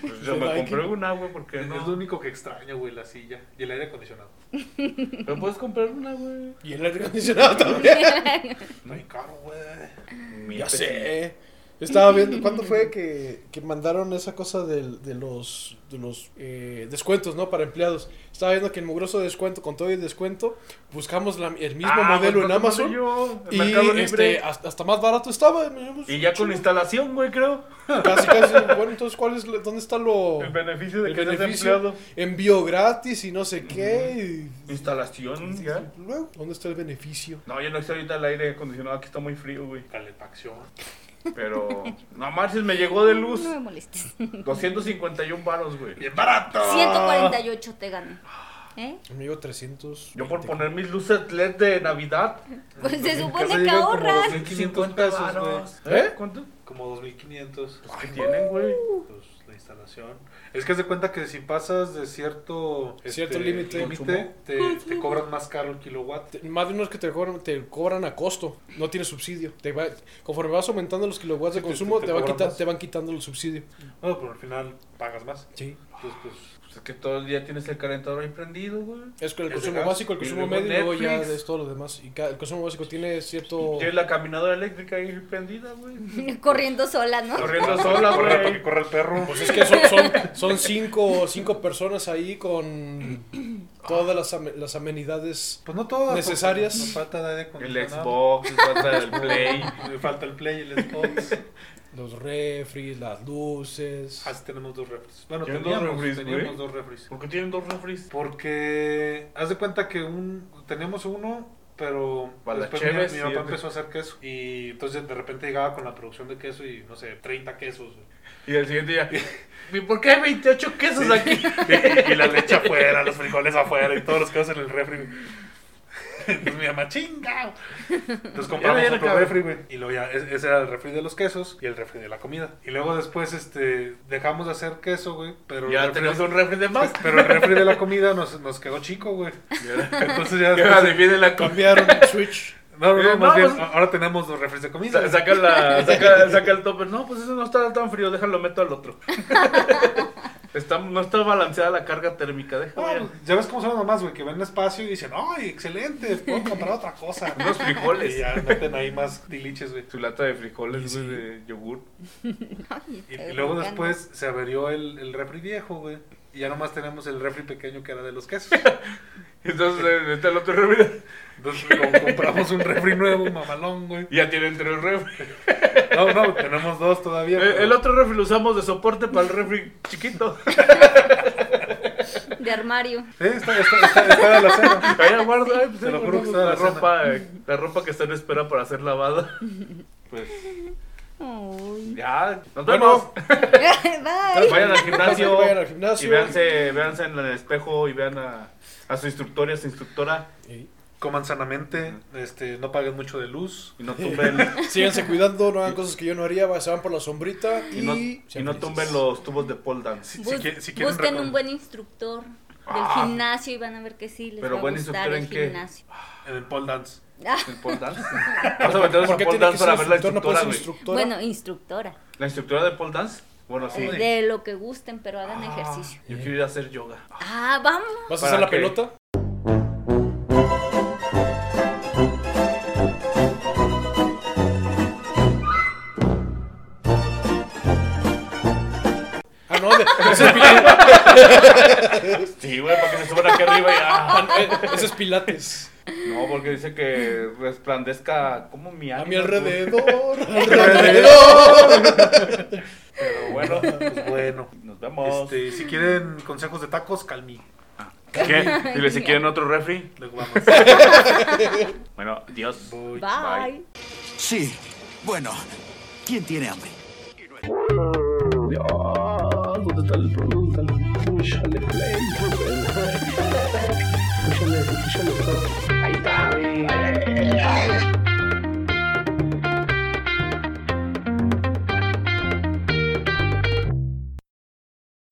Pues yo me compré una, güey, porque no. Es lo único que extraño, güey, la silla y el aire acondicionado. Pero puedes comprar una, güey. Y el aire acondicionado también. No hay caro, güey. Ya sé. Estaba viendo, ¿cuándo fue que, que mandaron esa cosa del- de los, de los eh, descuentos, ¿no? Para empleados. Estaba viendo que el mugroso descuento, con todo y el descuento, buscamos la- el mismo Ah, modelo güey, en ¿cuánto mandé Amazon. yo? En Y Mercado Libre. este, hasta, hasta más barato estaba. pues, Y ya con instalación, güey, creo. Casi, casi. Bueno, entonces, ¿cuál es, la- ¿dónde está lo, El beneficio de el que seas beneficio? empleado. Envío gratis y no sé qué. y- Instalación, Mm, ya. Luego, ¿dónde está el beneficio? No, yo no estoy ahorita al aire acondicionado, aquí está muy frío, güey. Calefacción. Pero, no marches, me llegó de luz. No me molestes. 251 varos, güey. ¡Bien barato! 148 te gané. ¿Eh? Amigo, 300. Yo por poner mis luces LED de Navidad, Pues En se mi supone casa que llegan como ahorras. 2.500 50 pesos, varos. güey. ¿Eh? ¿Cuánto? Como 2.500. Pues que tienen, güey. Pues, la instalación. Es que se cuenta que si pasas de cierto Cierto Este, límite. te, te cobran más caro el kilowatt. Te- Más de unos que te cobran, te cobran a costo, no tienes subsidio. Te va- conforme vas aumentando los kilowatts de Sí, te- consumo, te, te- te va cobran quita- más. te van quitando el subsidio. Bueno, pero al final pagas más. Sí. Entonces, pues, Pues es que todo el día tienes el calentador ahí prendido, güey. Es con el Es de consumo gas. básico, el Y consumo luego medio y luego ya Netflix. es todo lo demás. Y ca- el consumo básico tiene Oh. cierto. Tienes la caminadora eléctrica ahí prendida, güey. Corriendo sola, ¿no? Corriendo sola, güey. porque corre el perro. Pues es que son, son, son cinco, cinco personas ahí con todas las, ame- las amenidades. Pues no todas. Necesarias. porque Nos falta de aire El acondicionado. Xbox, falta el Play. Me falta el Play y el Xbox. Los refries, las luces. Así tenemos dos refres. Bueno, Tienen teníamos, dos refres, teníamos güey. dos refres. ¿Por qué tienen dos refres? Porque haz de cuenta que un teníamos uno, pero Para las después mi- cheves, mi, sí, papá es de- empezó a hacer queso y entonces de repente llegaba con la producción de queso y no sé, 30 quesos. güey. Y el siguiente día, "¿Y ¿por qué hay 28 quesos aquí? Y, y la leche afuera, los frijoles afuera y todos los quesos en el refri. güey. Entonces mi mamá, chinga. Entonces compramos viene, otro cabrón. refri, güey. Y luego ya, es- ese era el refri de los quesos y el refri de la comida. Y luego después, este, dejamos de hacer queso, güey. Pero el Ya refri- tenemos un refri de más. Pero el refri de la comida nos, nos quedó chico, güey. Entonces ya Y después- ahora divide la comida. Cambiaron Switch. No, no, no, Eh, no, más bien, pues- ahora tenemos los refres de comida. Sa- Saca, la, saca, saca el topper. No, pues eso no está tan frío, déjalo, meto al otro. Está- no está balanceada la carga térmica, déjalo. No, pues, ya ves cómo son las mamás, güey, que ven espacio y dicen, ¡ay, excelente! Puedo comprar otra cosa. Unos frijoles. Y ya meten ahí más diliches, güey. Su lata de frijoles, güey, de yogur. Ay, Y, te y luego ganas. después se averió el, el refri viejo, güey. Y ya nomás tenemos el refri pequeño que era de los quesos. Entonces, eh, está el otro refri. Entonces como compramos un refri nuevo, mamalón, güey. Ya tienen tres refri. No, no, tenemos dos todavía. El, pero- Eh, el otro refri lo usamos de soporte para el refri chiquito. De armario. Sí, está, está, está, está de la cena. Ahí guarda, eh, pues, Te lo ahí juro guardamos que está de la la cena. ropa, eh, la ropa que está en espera para ser lavada. Pues Ay. ya, nos vemos. Bueno. Bye. vayan al gimnasio. Vayan al Y gimnasio. véanse, véanse en el espejo y vean a, a su instructor y a su instructora. Y Coman sanamente, este, no paguen mucho de luz. Y no tumben, Síganse cuidando, no hagan cosas que yo no haría. va- Se van por la sombrita y, y no, y sean no felices. tumben los tubos de pole dance. Bus- qui- si quieren busquen recom- un buen instructor del Ah. gimnasio y van a ver que sí les Pero va a buen gustar instructor el en qué? gimnasio. En el pole dance. Ah, ¿El pole dance? Vamos a meternos a ¿Por qué tiene que pole dance ser para ver la instructor? No puede ser instructora, güey. instructora. bueno, instructora. ¿La instructora de pole dance? Bueno, sí. De lo que gusten, pero hagan ejercicio. Yo quiero ir a hacer yoga. Ah, vamos. ¿Vas a ¿Para hacer la qué? pelota? Ah, no, de- ese es mi- Ah, Sí, güey, para que se suba por aquí arriba y ah. Eh, Ese es Pilates. No, porque dice que resplandezca como mi A alma. mi güey. alrededor. alrededor. Pero bueno, Pues bueno. nos vemos. Este, si quieren consejos de tacos, calmí. ¿Qué? Dile si quieren otro refri. Luego vamos. Bueno, Dios. Bye. Sí. Bueno, ¿quién tiene hambre? Pushale play, pushale, pushale, pushale.